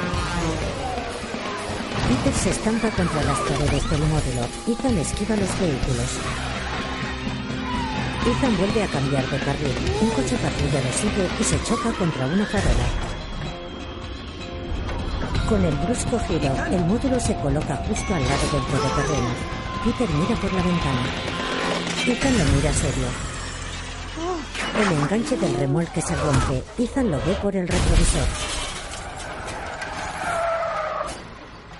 Speaker 1: Peter se estampa contra las paredes del módulo. Ethan esquiva los vehículos. Ethan vuelve a cambiar de carril. Un coche patrulla lo sigue y se choca contra una farola. Con el brusco giro, el módulo se coloca justo al lado del todoterreno. Peter mira por la ventana. Ethan lo mira serio. El enganche del remolque se rompe. Ethan lo ve por el retrovisor.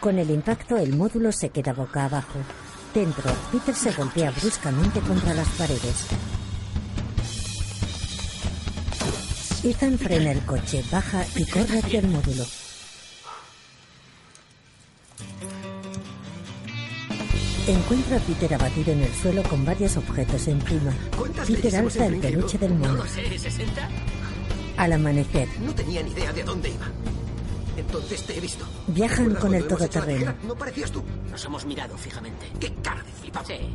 Speaker 1: Con el impacto, el módulo se queda boca abajo. Dentro, Peter se golpea bruscamente contra las paredes. Ethan frena el coche, baja y corre hacia el módulo. Encuentra a Peter abatido en el suelo con varios objetos encima.
Speaker 2: ¿Cuántas veces
Speaker 1: Peter
Speaker 2: hemos
Speaker 1: alza el
Speaker 2: emprendido?
Speaker 1: peluche del
Speaker 2: No
Speaker 1: mono.
Speaker 2: lo sé, 60.
Speaker 1: Al amanecer,
Speaker 2: No tenía ni idea de a dónde iba. Entonces te he visto.
Speaker 1: viajan
Speaker 2: ¿Recuerdas
Speaker 1: con el
Speaker 2: cuando hemos hecho la
Speaker 1: todoterreno.
Speaker 2: carrera? No parecías tú.
Speaker 6: Nos hemos mirado fijamente.
Speaker 2: ¿Qué cara de flipado?
Speaker 6: Sí.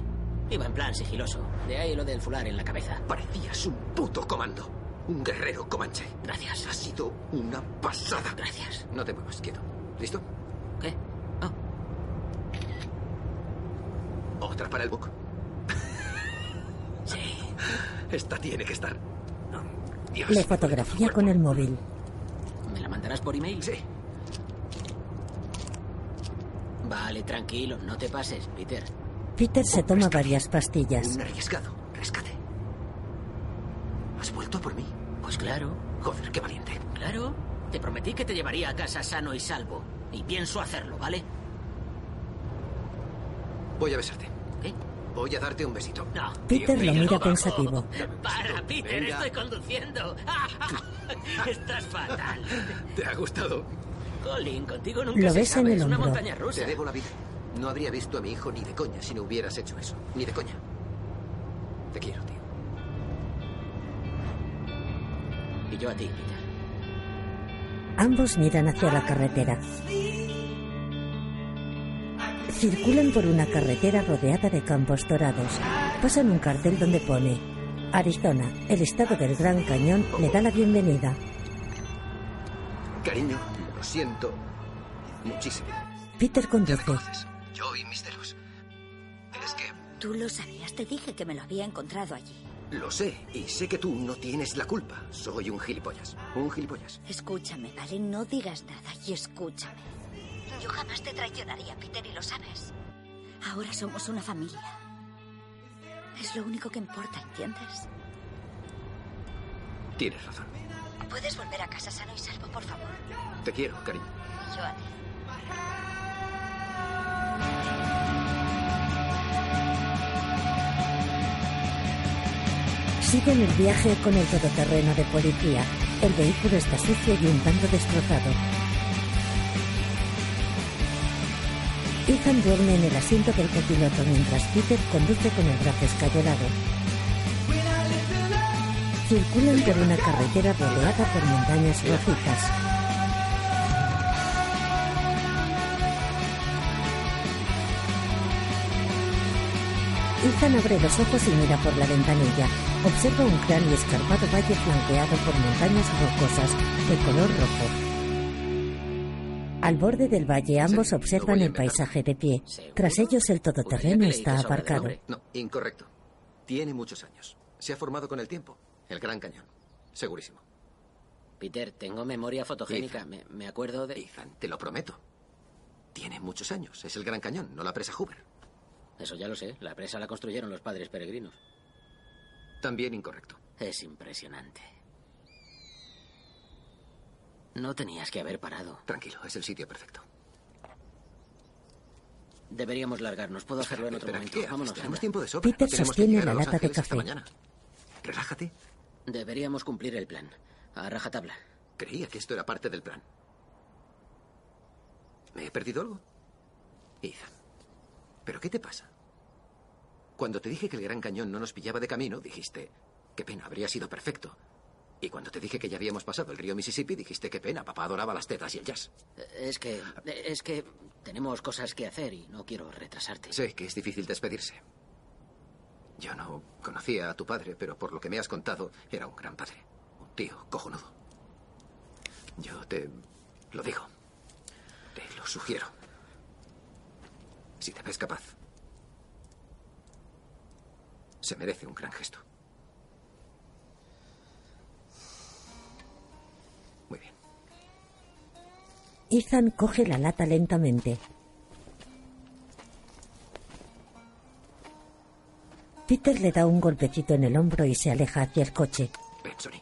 Speaker 6: Iba en plan sigiloso. De ahí lo del fular en la cabeza.
Speaker 2: Parecías un puto comando. Un guerrero comanche. Gracias. Ha sido una pasada. Gracias. No te muevas, quieto. ¿Listo?
Speaker 6: ¿Qué?
Speaker 2: Otra para el book. sí. Esta tiene que estar. Dios.
Speaker 1: le fotografía con el móvil.
Speaker 6: ¿Me la mandarás por email? Sí. Vale, tranquilo, no te pases, Peter.
Speaker 1: Peter se toma varias pastillas.
Speaker 2: Un arriesgado. Rescate. ¿Has vuelto por mí?
Speaker 6: Pues claro,
Speaker 2: Joder, qué valiente.
Speaker 6: claro. Te prometí que te llevaría a casa sano y salvo. Y pienso hacerlo, ¿vale?
Speaker 2: Voy a besarte.
Speaker 15: ¿Eh?
Speaker 6: ¿Qué?
Speaker 2: Voy a darte un besito.
Speaker 6: No.
Speaker 1: Peter lo mira pensativo.
Speaker 6: Para, Peter,
Speaker 2: Venga.
Speaker 6: estoy conduciendo. <laughs> Estás fatal.
Speaker 2: ¿Te ha gustado?
Speaker 6: Colin, contigo nunca
Speaker 1: Lo
Speaker 6: se
Speaker 1: ves en
Speaker 6: sabe,
Speaker 1: el
Speaker 6: es una
Speaker 1: hombro.
Speaker 6: montaña rusa.
Speaker 2: Te debo la vida. No habría visto a mi hijo ni de coña si no hubieras hecho eso. Ni de coña. Te quiero, tío.
Speaker 6: Y yo a ti, Peter.
Speaker 1: Ambos miran hacia la carretera. Circulan por una carretera rodeada de campos dorados. Pasan un cartel donde pone Arizona, el estado del Gran Cañón, le da la bienvenida.
Speaker 2: Cariño, lo siento muchísimo.
Speaker 1: Peter conduce.
Speaker 2: Yo y mis celos. Es que
Speaker 4: Tú lo sabías, te dije que me lo había encontrado allí.
Speaker 2: lo sé y sé que tú no tienes la culpa. Soy un gilipollas. Un gilipollas.
Speaker 4: Escúchame, ¿vale? No digas nada y escúchame. Yo jamás te traicionaría, Peter, y lo sabes. Ahora somos una familia. Es lo único que importa, ¿entiendes?
Speaker 2: Tienes razón.
Speaker 4: Puedes volver a casa sano y salvo, por favor.
Speaker 2: Te quiero, cariño.
Speaker 4: Yo a ti.
Speaker 1: Siguen el viaje con el todoterreno de policía. El vehículo está sucio y un tanto destrozado. Ethan duerme en el asiento del copiloto mientras Peter conduce con el brazo escayolado. Circulan por una carretera rodeada por montañas rojizas. Ethan abre los ojos y mira por la ventanilla. Observa un gran y escarpado valle flanqueado por montañas rocosas de color rojo. Al borde del valle ambos observan el paisaje de pie. Tras ellos el todoterreno está aparcado.
Speaker 2: No, incorrecto. Tiene muchos años. Se ha formado con el tiempo. El Gran Cañón. Segurísimo.
Speaker 6: Peter, tengo memoria fotogénica. Me, me acuerdo de.
Speaker 2: Ethan, te lo prometo. Tiene muchos años. Es el Gran Cañón, no la presa Hoover.
Speaker 6: Eso ya lo sé. La presa la construyeron los padres peregrinos.
Speaker 2: También incorrecto.
Speaker 6: Es impresionante. No tenías que haber parado.
Speaker 2: Tranquilo, es el sitio perfecto.
Speaker 6: Deberíamos largarnos. Puedo hacerlo en otro
Speaker 2: Espera,
Speaker 6: momento.
Speaker 2: ¿qué haces?
Speaker 6: Vámonos.
Speaker 2: Tenemos
Speaker 6: anda.
Speaker 2: tiempo de sobra.
Speaker 1: Peter
Speaker 2: No tenemos que
Speaker 1: sostiene
Speaker 2: llegar a
Speaker 1: la
Speaker 2: Los
Speaker 1: lata de
Speaker 2: Ángeles
Speaker 1: café.
Speaker 2: hasta mañana. Relájate.
Speaker 6: Deberíamos cumplir el plan. A rajatabla.
Speaker 2: Creía que esto era parte del plan. ¿Me he perdido algo? Ethan, ¿pero qué te pasa? Cuando te dije que el Gran Cañón no nos pillaba de camino, dijiste, qué pena, habría sido perfecto. Y cuando te dije que ya habíamos pasado el río Mississippi, dijiste, qué pena, papá adoraba las tetas y el jazz.
Speaker 6: Es que. Es que. Tenemos cosas que hacer y no quiero retrasarte.
Speaker 2: Sé que es difícil despedirse. Yo no conocía a tu padre, pero por lo que me has contado, era un gran padre. Un tío cojonudo. Yo te lo digo. Te lo sugiero. Si te ves capaz. Se merece un gran gesto.
Speaker 1: Ethan coge la lata lentamente. Peter le da un golpecito en el hombro y se aleja hacia el coche.
Speaker 2: Ven, Sonny.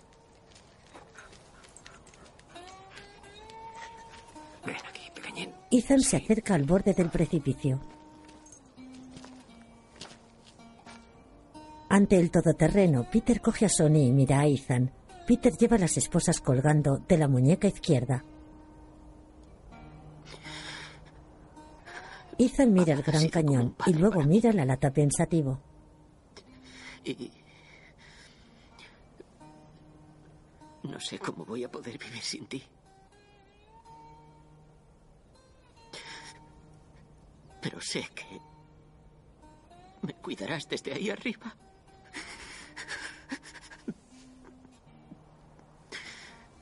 Speaker 2: Ven aquí, pequeñín.
Speaker 1: Ethan se acerca al borde del precipicio. Ante el todoterreno, Peter coge a Sonny y mira a Ethan. Peter lleva las esposas colgando de la muñeca izquierda. Ethan mira el gran cañón y luego mira la lata pensativo.
Speaker 15: Y... No sé cómo voy a poder vivir sin ti. Pero sé que... Me cuidarás desde ahí arriba.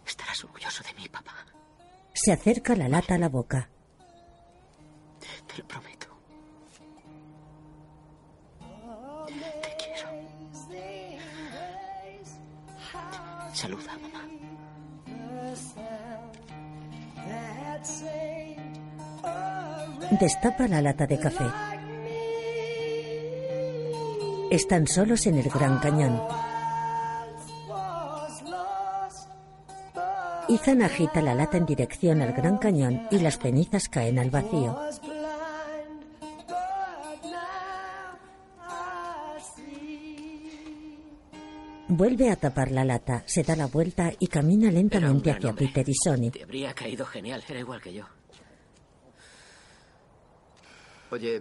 Speaker 15: Estarás orgulloso de mí, papá.
Speaker 1: Se acerca la lata a la boca.
Speaker 15: Te lo prometo.
Speaker 13: Te quiero.
Speaker 15: Saluda, a mamá.
Speaker 1: Destapa la lata de café. Están solos en el gran cañón. Ethan agita la lata en dirección al gran cañón y las cenizas caen al vacío. Vuelve a tapar la lata, se da la vuelta y camina lentamente hacia Peter y Sonny.
Speaker 6: Te habría caído genial, era igual que yo.
Speaker 2: Oye,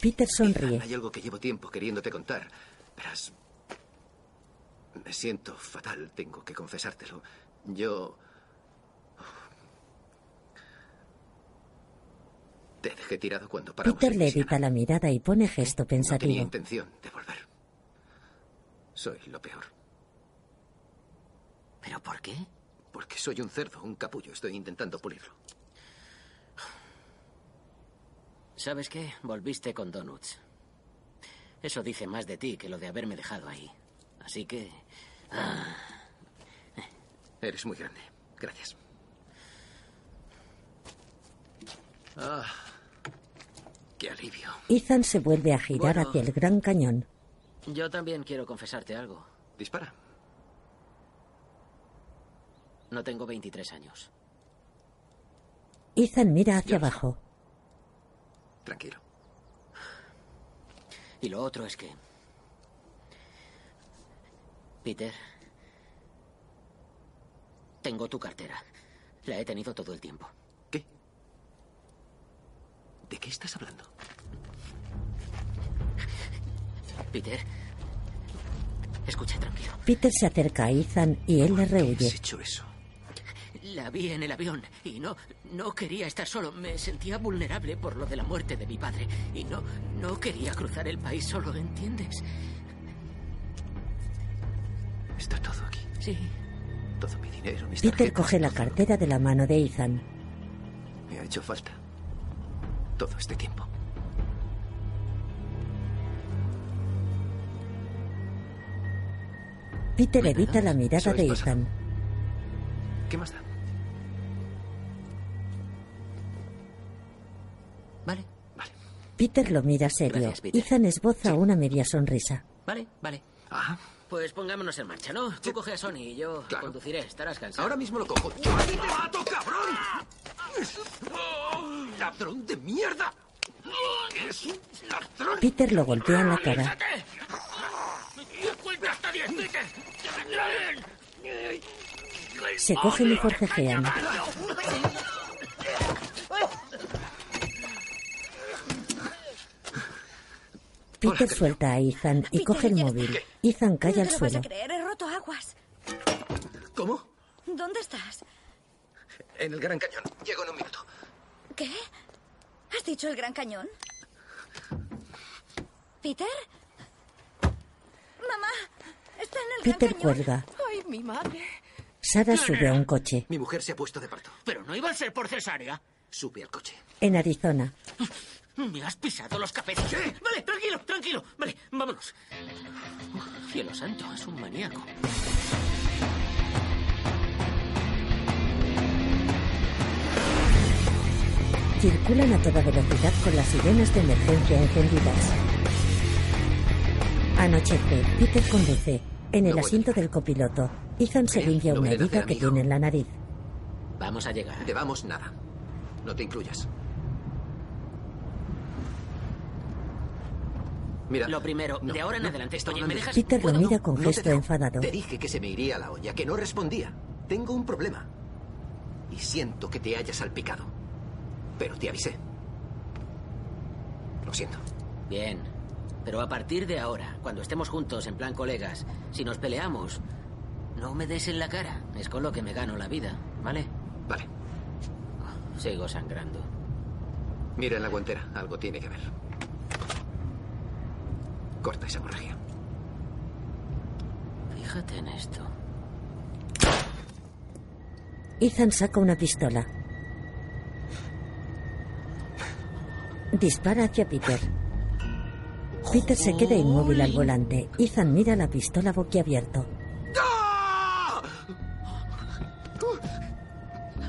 Speaker 1: Peter sonríe.
Speaker 2: hay algo que llevo tiempo queriéndote contar. Verás. Me siento fatal, tengo que confesártelo. Yo. Te dejé tirado cuando paramos.
Speaker 1: Peter
Speaker 2: en
Speaker 1: le
Speaker 2: Luisiana.
Speaker 1: evita la mirada y pone gesto
Speaker 2: No tenía
Speaker 1: pensativo.
Speaker 2: intención de volver. Soy lo peor.
Speaker 15: ¿Pero por qué?
Speaker 2: Porque soy un cerdo, un capullo. Estoy intentando pulirlo.
Speaker 6: ¿Sabes qué? Volviste con donuts. Eso dice más de ti que lo de haberme dejado ahí. Así que... ah,
Speaker 2: Eres muy grande. Gracias. Ah, qué alivio.
Speaker 1: Ethan se vuelve a girar
Speaker 6: Bueno.
Speaker 1: hacia el gran cañón.
Speaker 6: yo también quiero confesarte algo.
Speaker 2: Dispara.
Speaker 6: No tengo 23 años.
Speaker 1: Ethan mira hacia abajo.
Speaker 2: Tranquilo.
Speaker 6: Y lo otro es que... Peter... Tengo tu cartera. La he tenido todo el tiempo.
Speaker 2: ¿Qué? ¿De qué estás hablando?
Speaker 6: Peter... Escucha, tranquilo.
Speaker 1: Peter se acerca a Ethan y él le rehuye.
Speaker 2: eso?
Speaker 6: La vi en el avión y no, no quería estar solo. Me sentía vulnerable por lo de la muerte de mi padre y no, no quería cruzar el país solo, ¿entiendes?
Speaker 2: Está todo aquí.
Speaker 6: Sí.
Speaker 2: Todo mi dinero, mis
Speaker 1: Peter
Speaker 2: tarjetas.
Speaker 1: coge la cartera de la mano de Ethan.
Speaker 2: Me ha hecho falta. Todo este tiempo.
Speaker 1: Peter evita la mirada
Speaker 2: Sois
Speaker 1: de
Speaker 2: pasado.
Speaker 1: Ethan.
Speaker 2: ¿Qué más da?
Speaker 6: Vale,
Speaker 1: Peter lo mira serio.
Speaker 6: Gracias, Peter.
Speaker 1: Ethan esboza una media sonrisa.
Speaker 6: vale, vale. Pues pongámonos en marcha, ¿no? Tú coge a Sony y yo conduciré. Estarás cansado.
Speaker 2: Ahora mismo lo cojo. ¡Yo a ti te mato, cabrón! ¡Oh, ¡Ladrón de mierda! ¡Es un ladrón!
Speaker 1: Peter lo golpea en la cara.
Speaker 2: ¡Cuenta hasta diez, Peter!
Speaker 1: Se cogen y forcejean. Peter suelta a Ethan y
Speaker 4: Peter,
Speaker 1: coge el
Speaker 4: ya
Speaker 1: móvil.
Speaker 4: está.
Speaker 1: Ethan cae
Speaker 4: no
Speaker 1: al
Speaker 4: te lo vas
Speaker 1: suelo.
Speaker 4: a creer, he roto aguas.
Speaker 2: ¿Cómo?
Speaker 4: ¿Dónde estás?
Speaker 2: En el Gran Cañón. Llego en un minuto.
Speaker 4: ¿Qué? ¿Has dicho el gran cañón? ¿Peter? Mamá, está en el
Speaker 1: Peter
Speaker 4: gran cañón.
Speaker 1: cuelga.
Speaker 4: Ay, mi madre.
Speaker 1: Sara sube a un coche.
Speaker 2: Mi mujer se ha puesto de parto.
Speaker 6: Pero no iba a ser por cesárea.
Speaker 2: Sube al coche.
Speaker 1: En Arizona,
Speaker 6: Me has pisado los cabezas. Vale, tranquilo, tranquilo. Vale, vámonos. Oh, Cielo santo, es un maníaco.
Speaker 1: circulan a toda velocidad con las sirenas de emergencia encendidas. Anochece, Peter conduce. En el asiento del copiloto, Ethan se limpia una
Speaker 2: novedades,
Speaker 1: herida que
Speaker 2: amigo.
Speaker 1: tiene en la nariz.
Speaker 2: Vamos a llegar. Debamos nada. No te incluyas. Mira.
Speaker 6: Lo primero, de ahora en adelante, estoy ¿me dejas?
Speaker 1: Peter lo
Speaker 2: Puedo,
Speaker 1: mira con
Speaker 2: no te
Speaker 1: gesto
Speaker 2: dejo.
Speaker 1: enfadado.
Speaker 2: Te dije que se me iría la olla, que no respondía. Tengo un problema. Y siento que te haya salpicado. Pero te avisé. Lo siento.
Speaker 6: Bien. Pero a partir de ahora, cuando estemos juntos en plan colegas, si nos peleamos, no me des en la cara. Es con lo que me gano la vida, ¿vale?
Speaker 2: Vale.
Speaker 6: Sigo sangrando.
Speaker 2: Mira en la guantera, algo tiene que ver. Corta esa hemorragia.
Speaker 6: Fíjate en esto.
Speaker 1: Ethan saca una pistola. Dispara hacia Peter. Peter se queda inmóvil al volante. Ethan mira la pistola boquiabierto.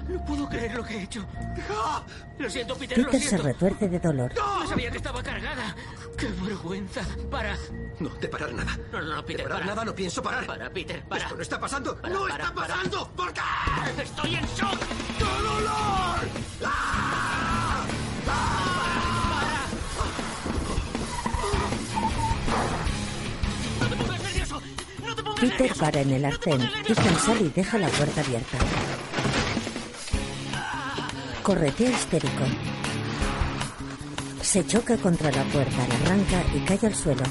Speaker 6: No puedo creer lo que he hecho. Lo siento, Peter, lo
Speaker 1: Peter se
Speaker 6: siento.
Speaker 1: retuerce de dolor.
Speaker 6: No sabía que estaba cargada. ¡Qué vergüenza! Para.
Speaker 2: No, de parar nada.
Speaker 6: No, no, no, Peter,
Speaker 2: de parar
Speaker 6: para.
Speaker 2: nada no pienso parar.
Speaker 6: Para, Peter, para.
Speaker 2: Esto no está pasando.
Speaker 6: Para,
Speaker 2: ¡No
Speaker 6: para,
Speaker 2: está
Speaker 6: para.
Speaker 2: pasando! ¿Por qué?
Speaker 6: ¡Estoy en shock!
Speaker 2: ¡Qué dolor!
Speaker 1: Peter para en el arcén. Ethan sale y deja la puerta abierta. Corretea histérico. Se choca contra la puerta, la arranca y cae al suelo.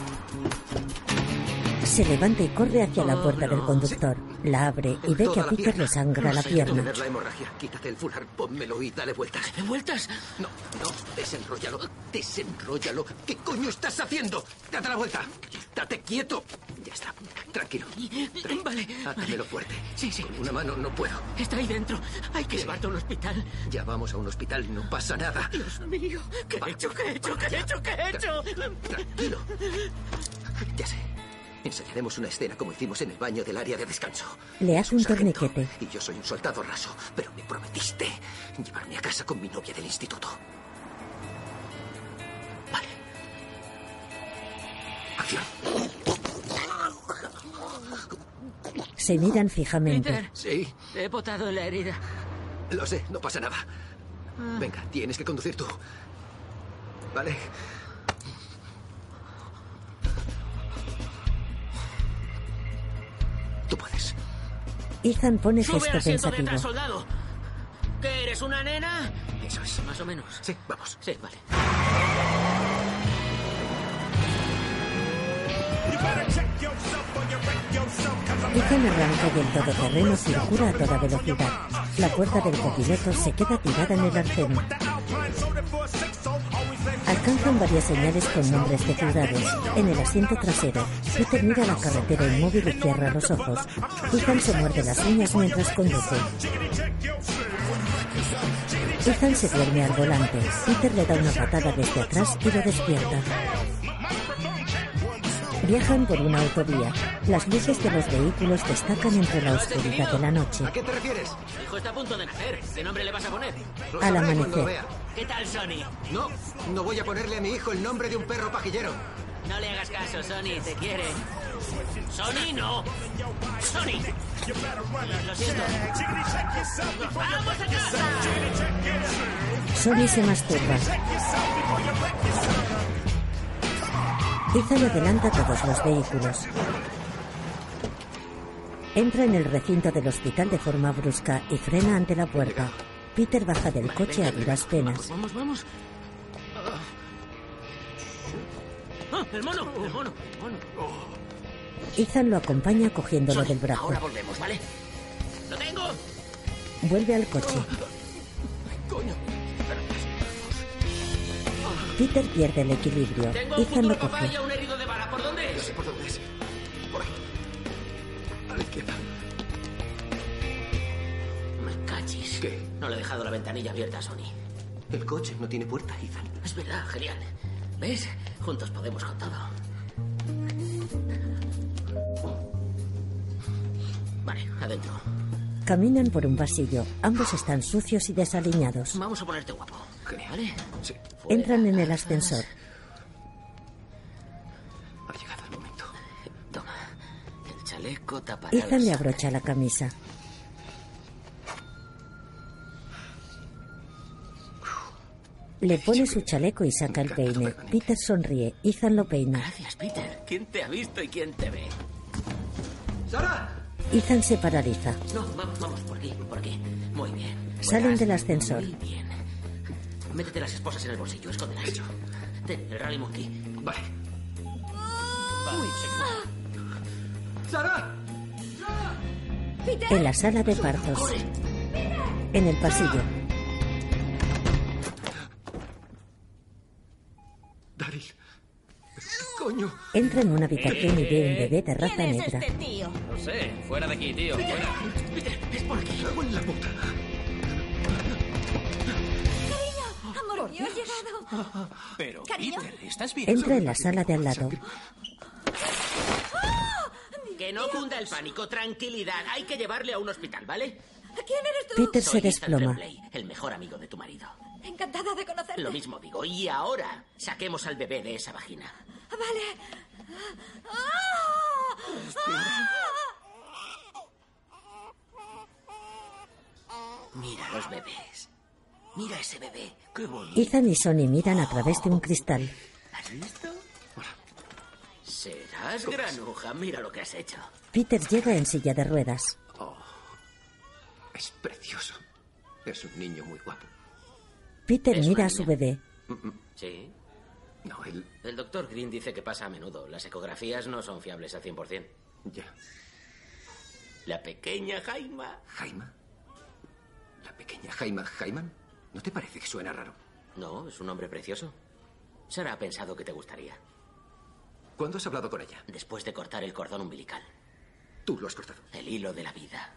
Speaker 1: Se levanta y corre hacia la puerta del conductor. La abre y ve que a
Speaker 2: Toda la
Speaker 1: Peter le
Speaker 2: pierna.
Speaker 1: sangra
Speaker 2: No
Speaker 1: la
Speaker 2: sé
Speaker 1: pierna.
Speaker 2: detener la hemorragia. Quítate el fular, pónmelo y dale vueltas.
Speaker 6: ¿De vueltas?
Speaker 2: No, no, desenróllalo, desenróllalo. ¿Qué coño estás haciendo? Date la vuelta. Date quieto. Ya está. Tranquilo.
Speaker 6: Vale.
Speaker 2: Hátamelo fuerte. Sí, sí. Con una mano no puedo.
Speaker 6: Está ahí dentro. Hay que llevarte a un hospital.
Speaker 2: Ya vamos a un hospital, no pasa nada.
Speaker 6: Dios mío. ¿Qué he hecho? ¿Qué he hecho? ¿Qué he hecho? ¿Qué he hecho?
Speaker 2: Tranquilo. Ya sé. Ensayaremos una escena como hicimos en el baño del área de descanso.
Speaker 1: Le hace un torniquete.
Speaker 2: Y yo soy un soldado raso, pero me prometiste llevarme a casa con mi novia del instituto. Vale. Acción.
Speaker 1: Se miran fijamente.
Speaker 6: Peter.
Speaker 2: Sí,
Speaker 6: Te he botado en la herida.
Speaker 2: lo sé, no pasa nada.
Speaker 6: Ah.
Speaker 2: Venga, tienes que conducir tú. Vale. Tú puedes.
Speaker 1: Ethan pone
Speaker 6: Sube al
Speaker 1: gesto
Speaker 6: asiento de atrás,
Speaker 1: pensativo.
Speaker 6: soldado. ¿Qué eres, una nena?
Speaker 2: Eso es.
Speaker 6: Más o menos.
Speaker 2: Sí, vamos.
Speaker 6: Sí, vale.
Speaker 1: Ethan arranca y el todoterreno circula a toda velocidad. La puerta del copiloto se queda tirada en el arcén. Alcanzan varias señales con nombres de ciudades. En el asiento trasero, Peter mira la carretera inmóvil y cierra los ojos. Ethan se muerde las uñas mientras conduce. Ethan se duerme al volante. Peter le da una patada desde atrás y lo despierta. Viajan por una autovía. Las luces de los vehículos destacan entre la oscuridad de la noche.
Speaker 2: ¿A qué te refieres?
Speaker 6: Mi hijo está a punto de nacer. ¿Qué nombre le vas a poner?
Speaker 1: Al
Speaker 2: Lo sabré cuando lo
Speaker 1: amanecer.
Speaker 2: vea.
Speaker 6: ¿Qué tal, Sony?
Speaker 2: No, no voy a ponerle a mi hijo el nombre de un perro pajillero.
Speaker 6: No le hagas caso, Sony. Te quiere. Sony, no. Sony. Lo siento. ¡Vamos a casa!
Speaker 1: Sony se masturba. Ethan adelanta todos los vehículos. Entra en el recinto del hospital de forma brusca y frena ante la puerta. Peter baja del coche a duras penas.
Speaker 6: Vamos, vamos. ¡Ah, el mono! ¡El mono! el mono.
Speaker 1: Ethan lo acompaña cogiéndolo del brazo.
Speaker 6: Ahora volvemos, ¿vale? ¡Lo tengo!
Speaker 1: Vuelve al coche.
Speaker 6: ¡Coño!
Speaker 1: Peter pierde el equilibrio.
Speaker 6: Tengo un
Speaker 1: Ethan
Speaker 6: futuro
Speaker 1: lo
Speaker 6: papá
Speaker 1: coge.
Speaker 6: y a un herido de bala. ¿Por dónde
Speaker 2: No
Speaker 6: es?
Speaker 2: sé por dónde es. Por ahí. A la izquierda.
Speaker 6: Me cachis.
Speaker 2: ¿Qué?
Speaker 6: No le he dejado la ventanilla abierta a Sony.
Speaker 2: El coche no tiene puerta, Ethan.
Speaker 6: Es verdad, genial. ¿Ves? Juntos podemos con todo. Vale, adentro.
Speaker 1: Caminan por un pasillo. Ambos están sucios y desaliñados.
Speaker 6: Vamos a ponerte guapo. ¿Vale?
Speaker 2: Sí.
Speaker 1: Entran en el ascensor.
Speaker 2: Ha llegado el momento.
Speaker 15: chaleco tapará la
Speaker 1: Ethan le abrocha la camisa. Le pone su chaleco y saca el peine. Peter sonríe. Ethan lo peina.
Speaker 6: Gracias, Peter. ¿Quién te ha visto y quién te ve?
Speaker 3: ¡Sara!
Speaker 1: Ethan se paraliza.
Speaker 6: No, va- vamos, por aquí, por aquí. Muy bien.
Speaker 1: Salen
Speaker 6: Buenas.
Speaker 1: del ascensor.
Speaker 6: Muy bien. Métete las esposas en el bolsillo, escóndelas. Ten, el Rally Monkey. Vale. Vale, sí.
Speaker 3: ¡Sara!
Speaker 1: En la sala de partos. En el pasillo.
Speaker 3: Daryl. Coño.
Speaker 1: Entra en una habitación y ve un bebé de raza
Speaker 22: ¿Quién es
Speaker 1: negra.
Speaker 22: este tío?
Speaker 6: No sé, fuera de aquí, tío. Fuera.
Speaker 3: Es por aquí. Cago en la puta.
Speaker 4: Amor mío, he llegado.
Speaker 3: Pero,
Speaker 4: Cariño.
Speaker 3: Peter, ¿estás bien?
Speaker 1: Entra en la sala de al lado.
Speaker 6: Que no cunda el pánico, tranquilidad. Hay que llevarle a un hospital, ¿¿ale?
Speaker 4: ¿Quién eres tú?
Speaker 1: Peter se
Speaker 6: Soy Ethan
Speaker 1: desploma.
Speaker 6: Tremblay, el mejor amigo de tu marido.
Speaker 4: Encantada de conocerte.
Speaker 6: Lo mismo digo. Y ahora, saquemos al bebé de esa vagina.
Speaker 4: Vale. ¡Ah! ¡Ah!
Speaker 6: Mira los bebés. Mira ese bebé. Qué bonito.
Speaker 1: Ethan y Sonny miran a través de un cristal.
Speaker 6: ¿Has visto? Serás granuja. Mira lo que has hecho.
Speaker 1: Peter llega en silla de ruedas.
Speaker 2: Es precioso. Es un niño muy guapo. Mm,
Speaker 1: Peter
Speaker 6: Es
Speaker 1: mira a su bebé.
Speaker 6: ¿Sí?
Speaker 2: No, él...
Speaker 6: El doctor Green dice que pasa a menudo. Las ecografías no son fiables al 100%.
Speaker 2: Ya.
Speaker 6: La pequeña Jaima.
Speaker 2: ¿Jaima? ¿La pequeña Jaima Jaiman? ¿No te parece que suena raro?
Speaker 6: No, es un hombre precioso. Sara ha pensado que te gustaría.
Speaker 2: ¿Cuándo has hablado con ella?
Speaker 6: Después de cortar el cordón umbilical.
Speaker 2: Tú lo has cortado.
Speaker 6: El hilo de la vida.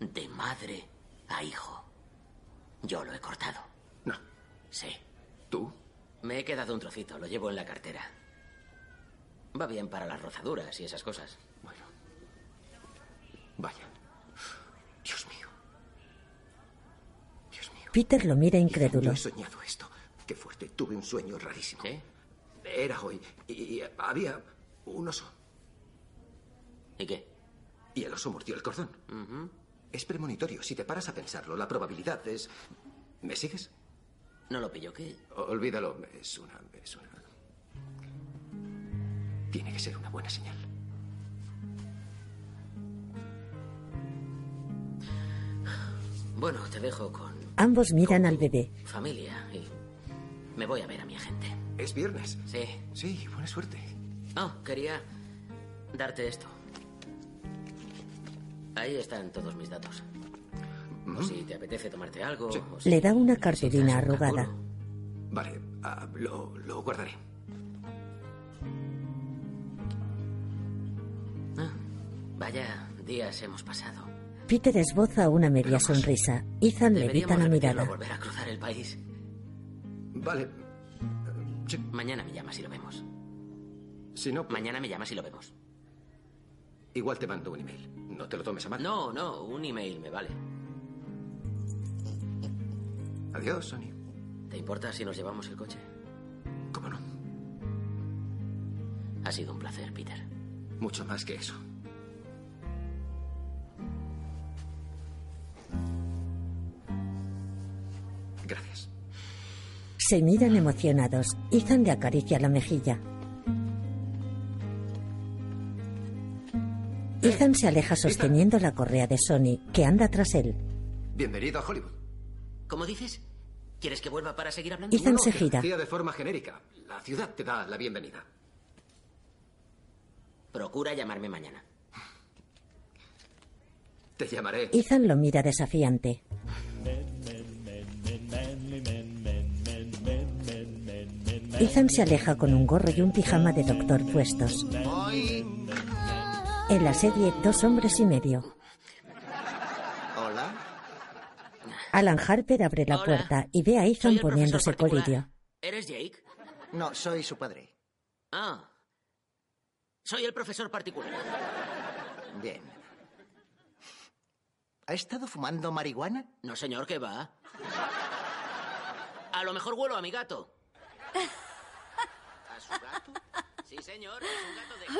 Speaker 6: De madre a hijo. Yo lo he cortado.
Speaker 2: No.
Speaker 6: Sí.
Speaker 2: ¿Tú?
Speaker 6: Me he quedado un trocito, lo llevo en la cartera. Va bien para las rozaduras y esas cosas.
Speaker 2: Vaya. Dios mío. Dios mío.
Speaker 1: Peter lo mira incrédulo.
Speaker 2: Yo he soñado esto. Qué fuerte. Tuve un sueño rarísimo. ¿Sí? Era hoy. Y había un oso.
Speaker 6: ¿Y qué?
Speaker 2: Y el oso mordió el cordón. Es premonitorio. Si te paras a pensarlo, la probabilidad es... ¿Me sigues?
Speaker 6: No lo pillo, ¿qué?
Speaker 2: Olvídalo. Es una... Es una... Tiene que ser una buena señal.
Speaker 6: Bueno, te dejo con
Speaker 1: Ambos miran al bebé.
Speaker 6: familia y me voy a ver a mi agente.
Speaker 2: ¿Es viernes?
Speaker 6: Sí.
Speaker 2: Sí, buena suerte.
Speaker 6: No, quería darte esto. Ahí están todos mis datos. O si te apetece tomarte algo. o si-
Speaker 1: Le da una cartulina arrugada.
Speaker 2: Vale, ah, lo, lo guardaré.
Speaker 6: Ah, Vaya días hemos pasado.
Speaker 1: Peter esboza una media sonrisa. Ethan le evita
Speaker 6: Deberíamos
Speaker 1: la
Speaker 6: repetirlo,
Speaker 1: mirada.
Speaker 6: volver a cruzar el país.
Speaker 2: Vale.
Speaker 6: Mañana me llamas y lo vemos.
Speaker 2: Si no...
Speaker 6: Mañana me llamas y lo vemos.
Speaker 2: Igual te mando un email. No te lo tomes a mal.
Speaker 6: No, no, un email me vale.
Speaker 2: Adiós, Sonny.
Speaker 6: ¿Te importa si nos llevamos el coche?
Speaker 2: ¿Cómo no?
Speaker 6: Ha sido un placer, Peter.
Speaker 2: Mucho más que eso. Gracias.
Speaker 1: Se miran emocionados. Ethan le acaricia la mejilla. Ethan se aleja sosteniendo la correa de Sony, que anda tras él.
Speaker 2: Bienvenido a Hollywood.
Speaker 6: ¿Cómo dices? ¿Quieres que vuelva para seguir hablando?
Speaker 1: Ethan se
Speaker 2: que
Speaker 1: gira.
Speaker 2: decía de forma genérica. La ciudad te da la bienvenida.
Speaker 6: Procura llamarme mañana.
Speaker 2: Te llamaré.
Speaker 1: Ethan lo mira desafiante. Ethan se aleja con un gorro y un pijama de doctor puestos. En la serie Dos hombres y medio,
Speaker 2: Hola.
Speaker 1: Alan Harper abre la
Speaker 6: Hola.
Speaker 1: puerta y ve a Ethan
Speaker 6: Soy el
Speaker 1: poniéndose
Speaker 6: profesor particular.
Speaker 1: colirio.
Speaker 6: ¿Eres Jake?
Speaker 23: No, soy su padre.
Speaker 6: Ah. Soy el profesor particular.
Speaker 23: Bien. ¿Ha estado fumando marihuana?
Speaker 6: No, señor, ¿qué va? A lo mejor huelo a mi gato.
Speaker 23: ¿A su gato?
Speaker 6: Sí, señor.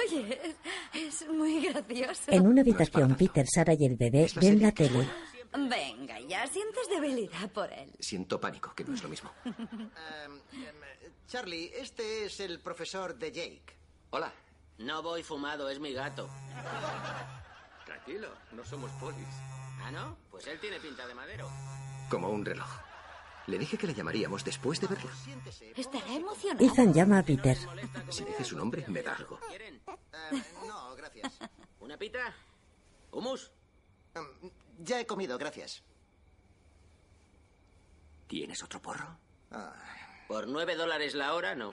Speaker 10: Oye, es muy gracioso.
Speaker 1: En una habitación, Peter, Sara y el bebé ven la tele.
Speaker 10: Venga, ya sientes debilidad por él.
Speaker 24: Siento pánico, que no es lo
Speaker 3: <laughs>
Speaker 24: mismo.
Speaker 3: Em, Charlie, este es el profesor de Jake.
Speaker 6: Hola. No voy fumado, es mi gato.
Speaker 24: Tranquilo, no somos polis.
Speaker 6: ¿Ah, no? Pues él tiene pinta de madero.
Speaker 24: Como un reloj. Le dije que la llamaríamos después de verla.
Speaker 10: Estará emocionado.
Speaker 1: Ethan llama a Peter.
Speaker 24: Si dice su nombre, me da algo.
Speaker 6: ¿Quieren?
Speaker 3: Em, no, gracias.
Speaker 6: ¿Una pita? ¿Humus?
Speaker 3: Em, Ya he comido, gracias.
Speaker 6: ¿Tienes otro porro? Por nueve dólares la hora, no.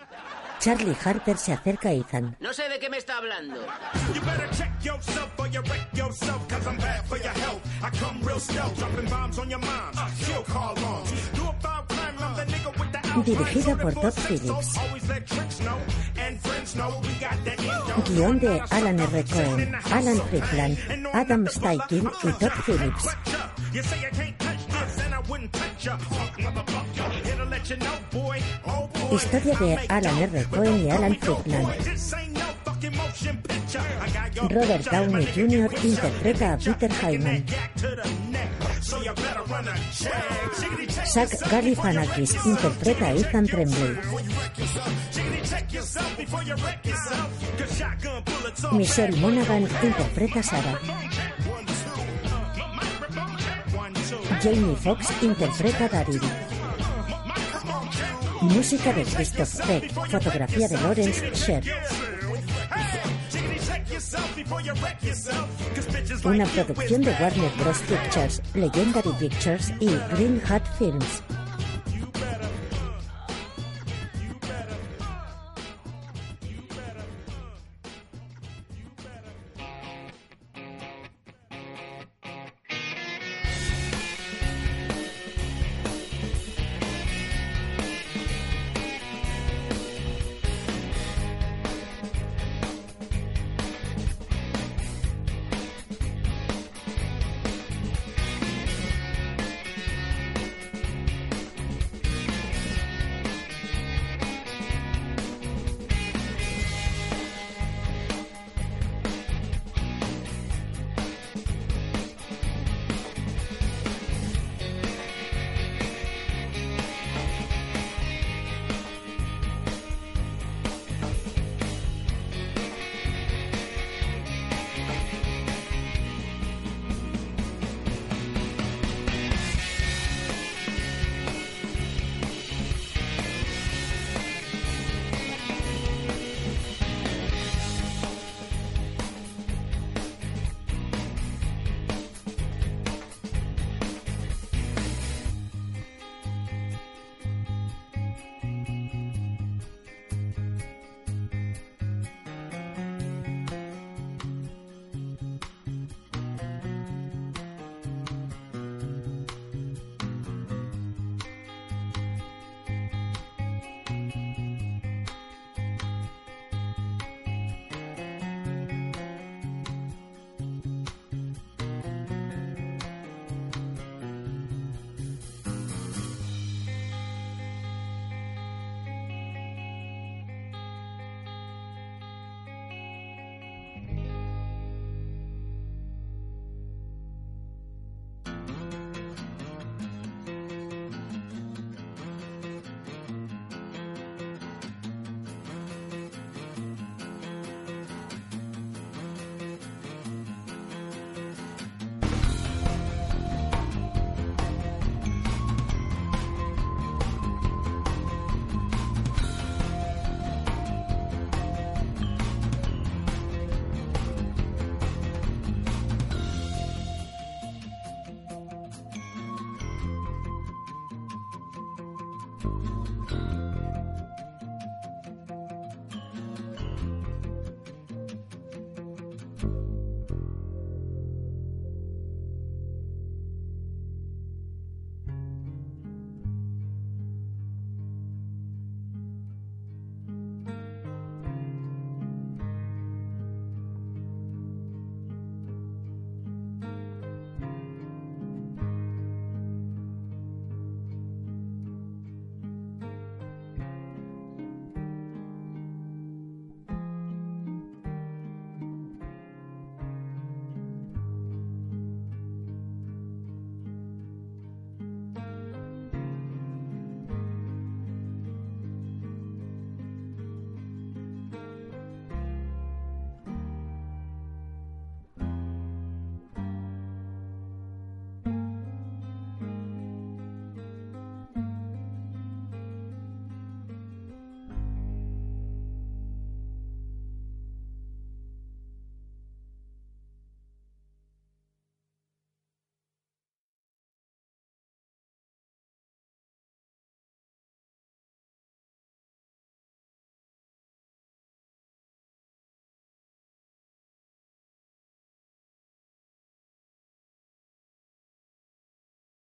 Speaker 1: Charlie Harper se acerca a Ethan.
Speaker 6: No sé de qué me está hablando.
Speaker 2: You better check yourself or you wreck yourself, cause I'm bad for your health. I come real stealth, dropping bombs on your mom. Uh, she'll call on. Do a foul crime, I'm the nigga with the outline.
Speaker 1: Dirigida por Todd Phillips.
Speaker 2: Always let tricks know, and friends know we got that it, though.
Speaker 1: Guión de Alan R. Cohen, Alan Strickland, Adam Steichen y Todd Phillips.
Speaker 2: You say you can't touch this, and I wouldn't touch ya. Fuck, motherfucker. Here to let you know, boy. Oh, boy.
Speaker 1: Historia de Alan R. Cohen y Alan Strickland.
Speaker 2: This ain't no fucking motion picture. I got your
Speaker 1: Robert Downey Jr. interpreta a Peter Hyman.
Speaker 2: back to the neck, so you better run a check. Chickity check
Speaker 1: Zach Galifianakis interpreta a Ethan Tremblay.
Speaker 2: Check yourself before you wreck yourself. Cause shotgun bullets all
Speaker 1: Michelle Monaghan interpreta a Sarah. Jamie Foxx interpreta a Daryl. Música de Christoph Peck, fotografía de Lawrence Sher. Una producción de Warner Bros. Pictures, Legendary Pictures y Green Hat Films.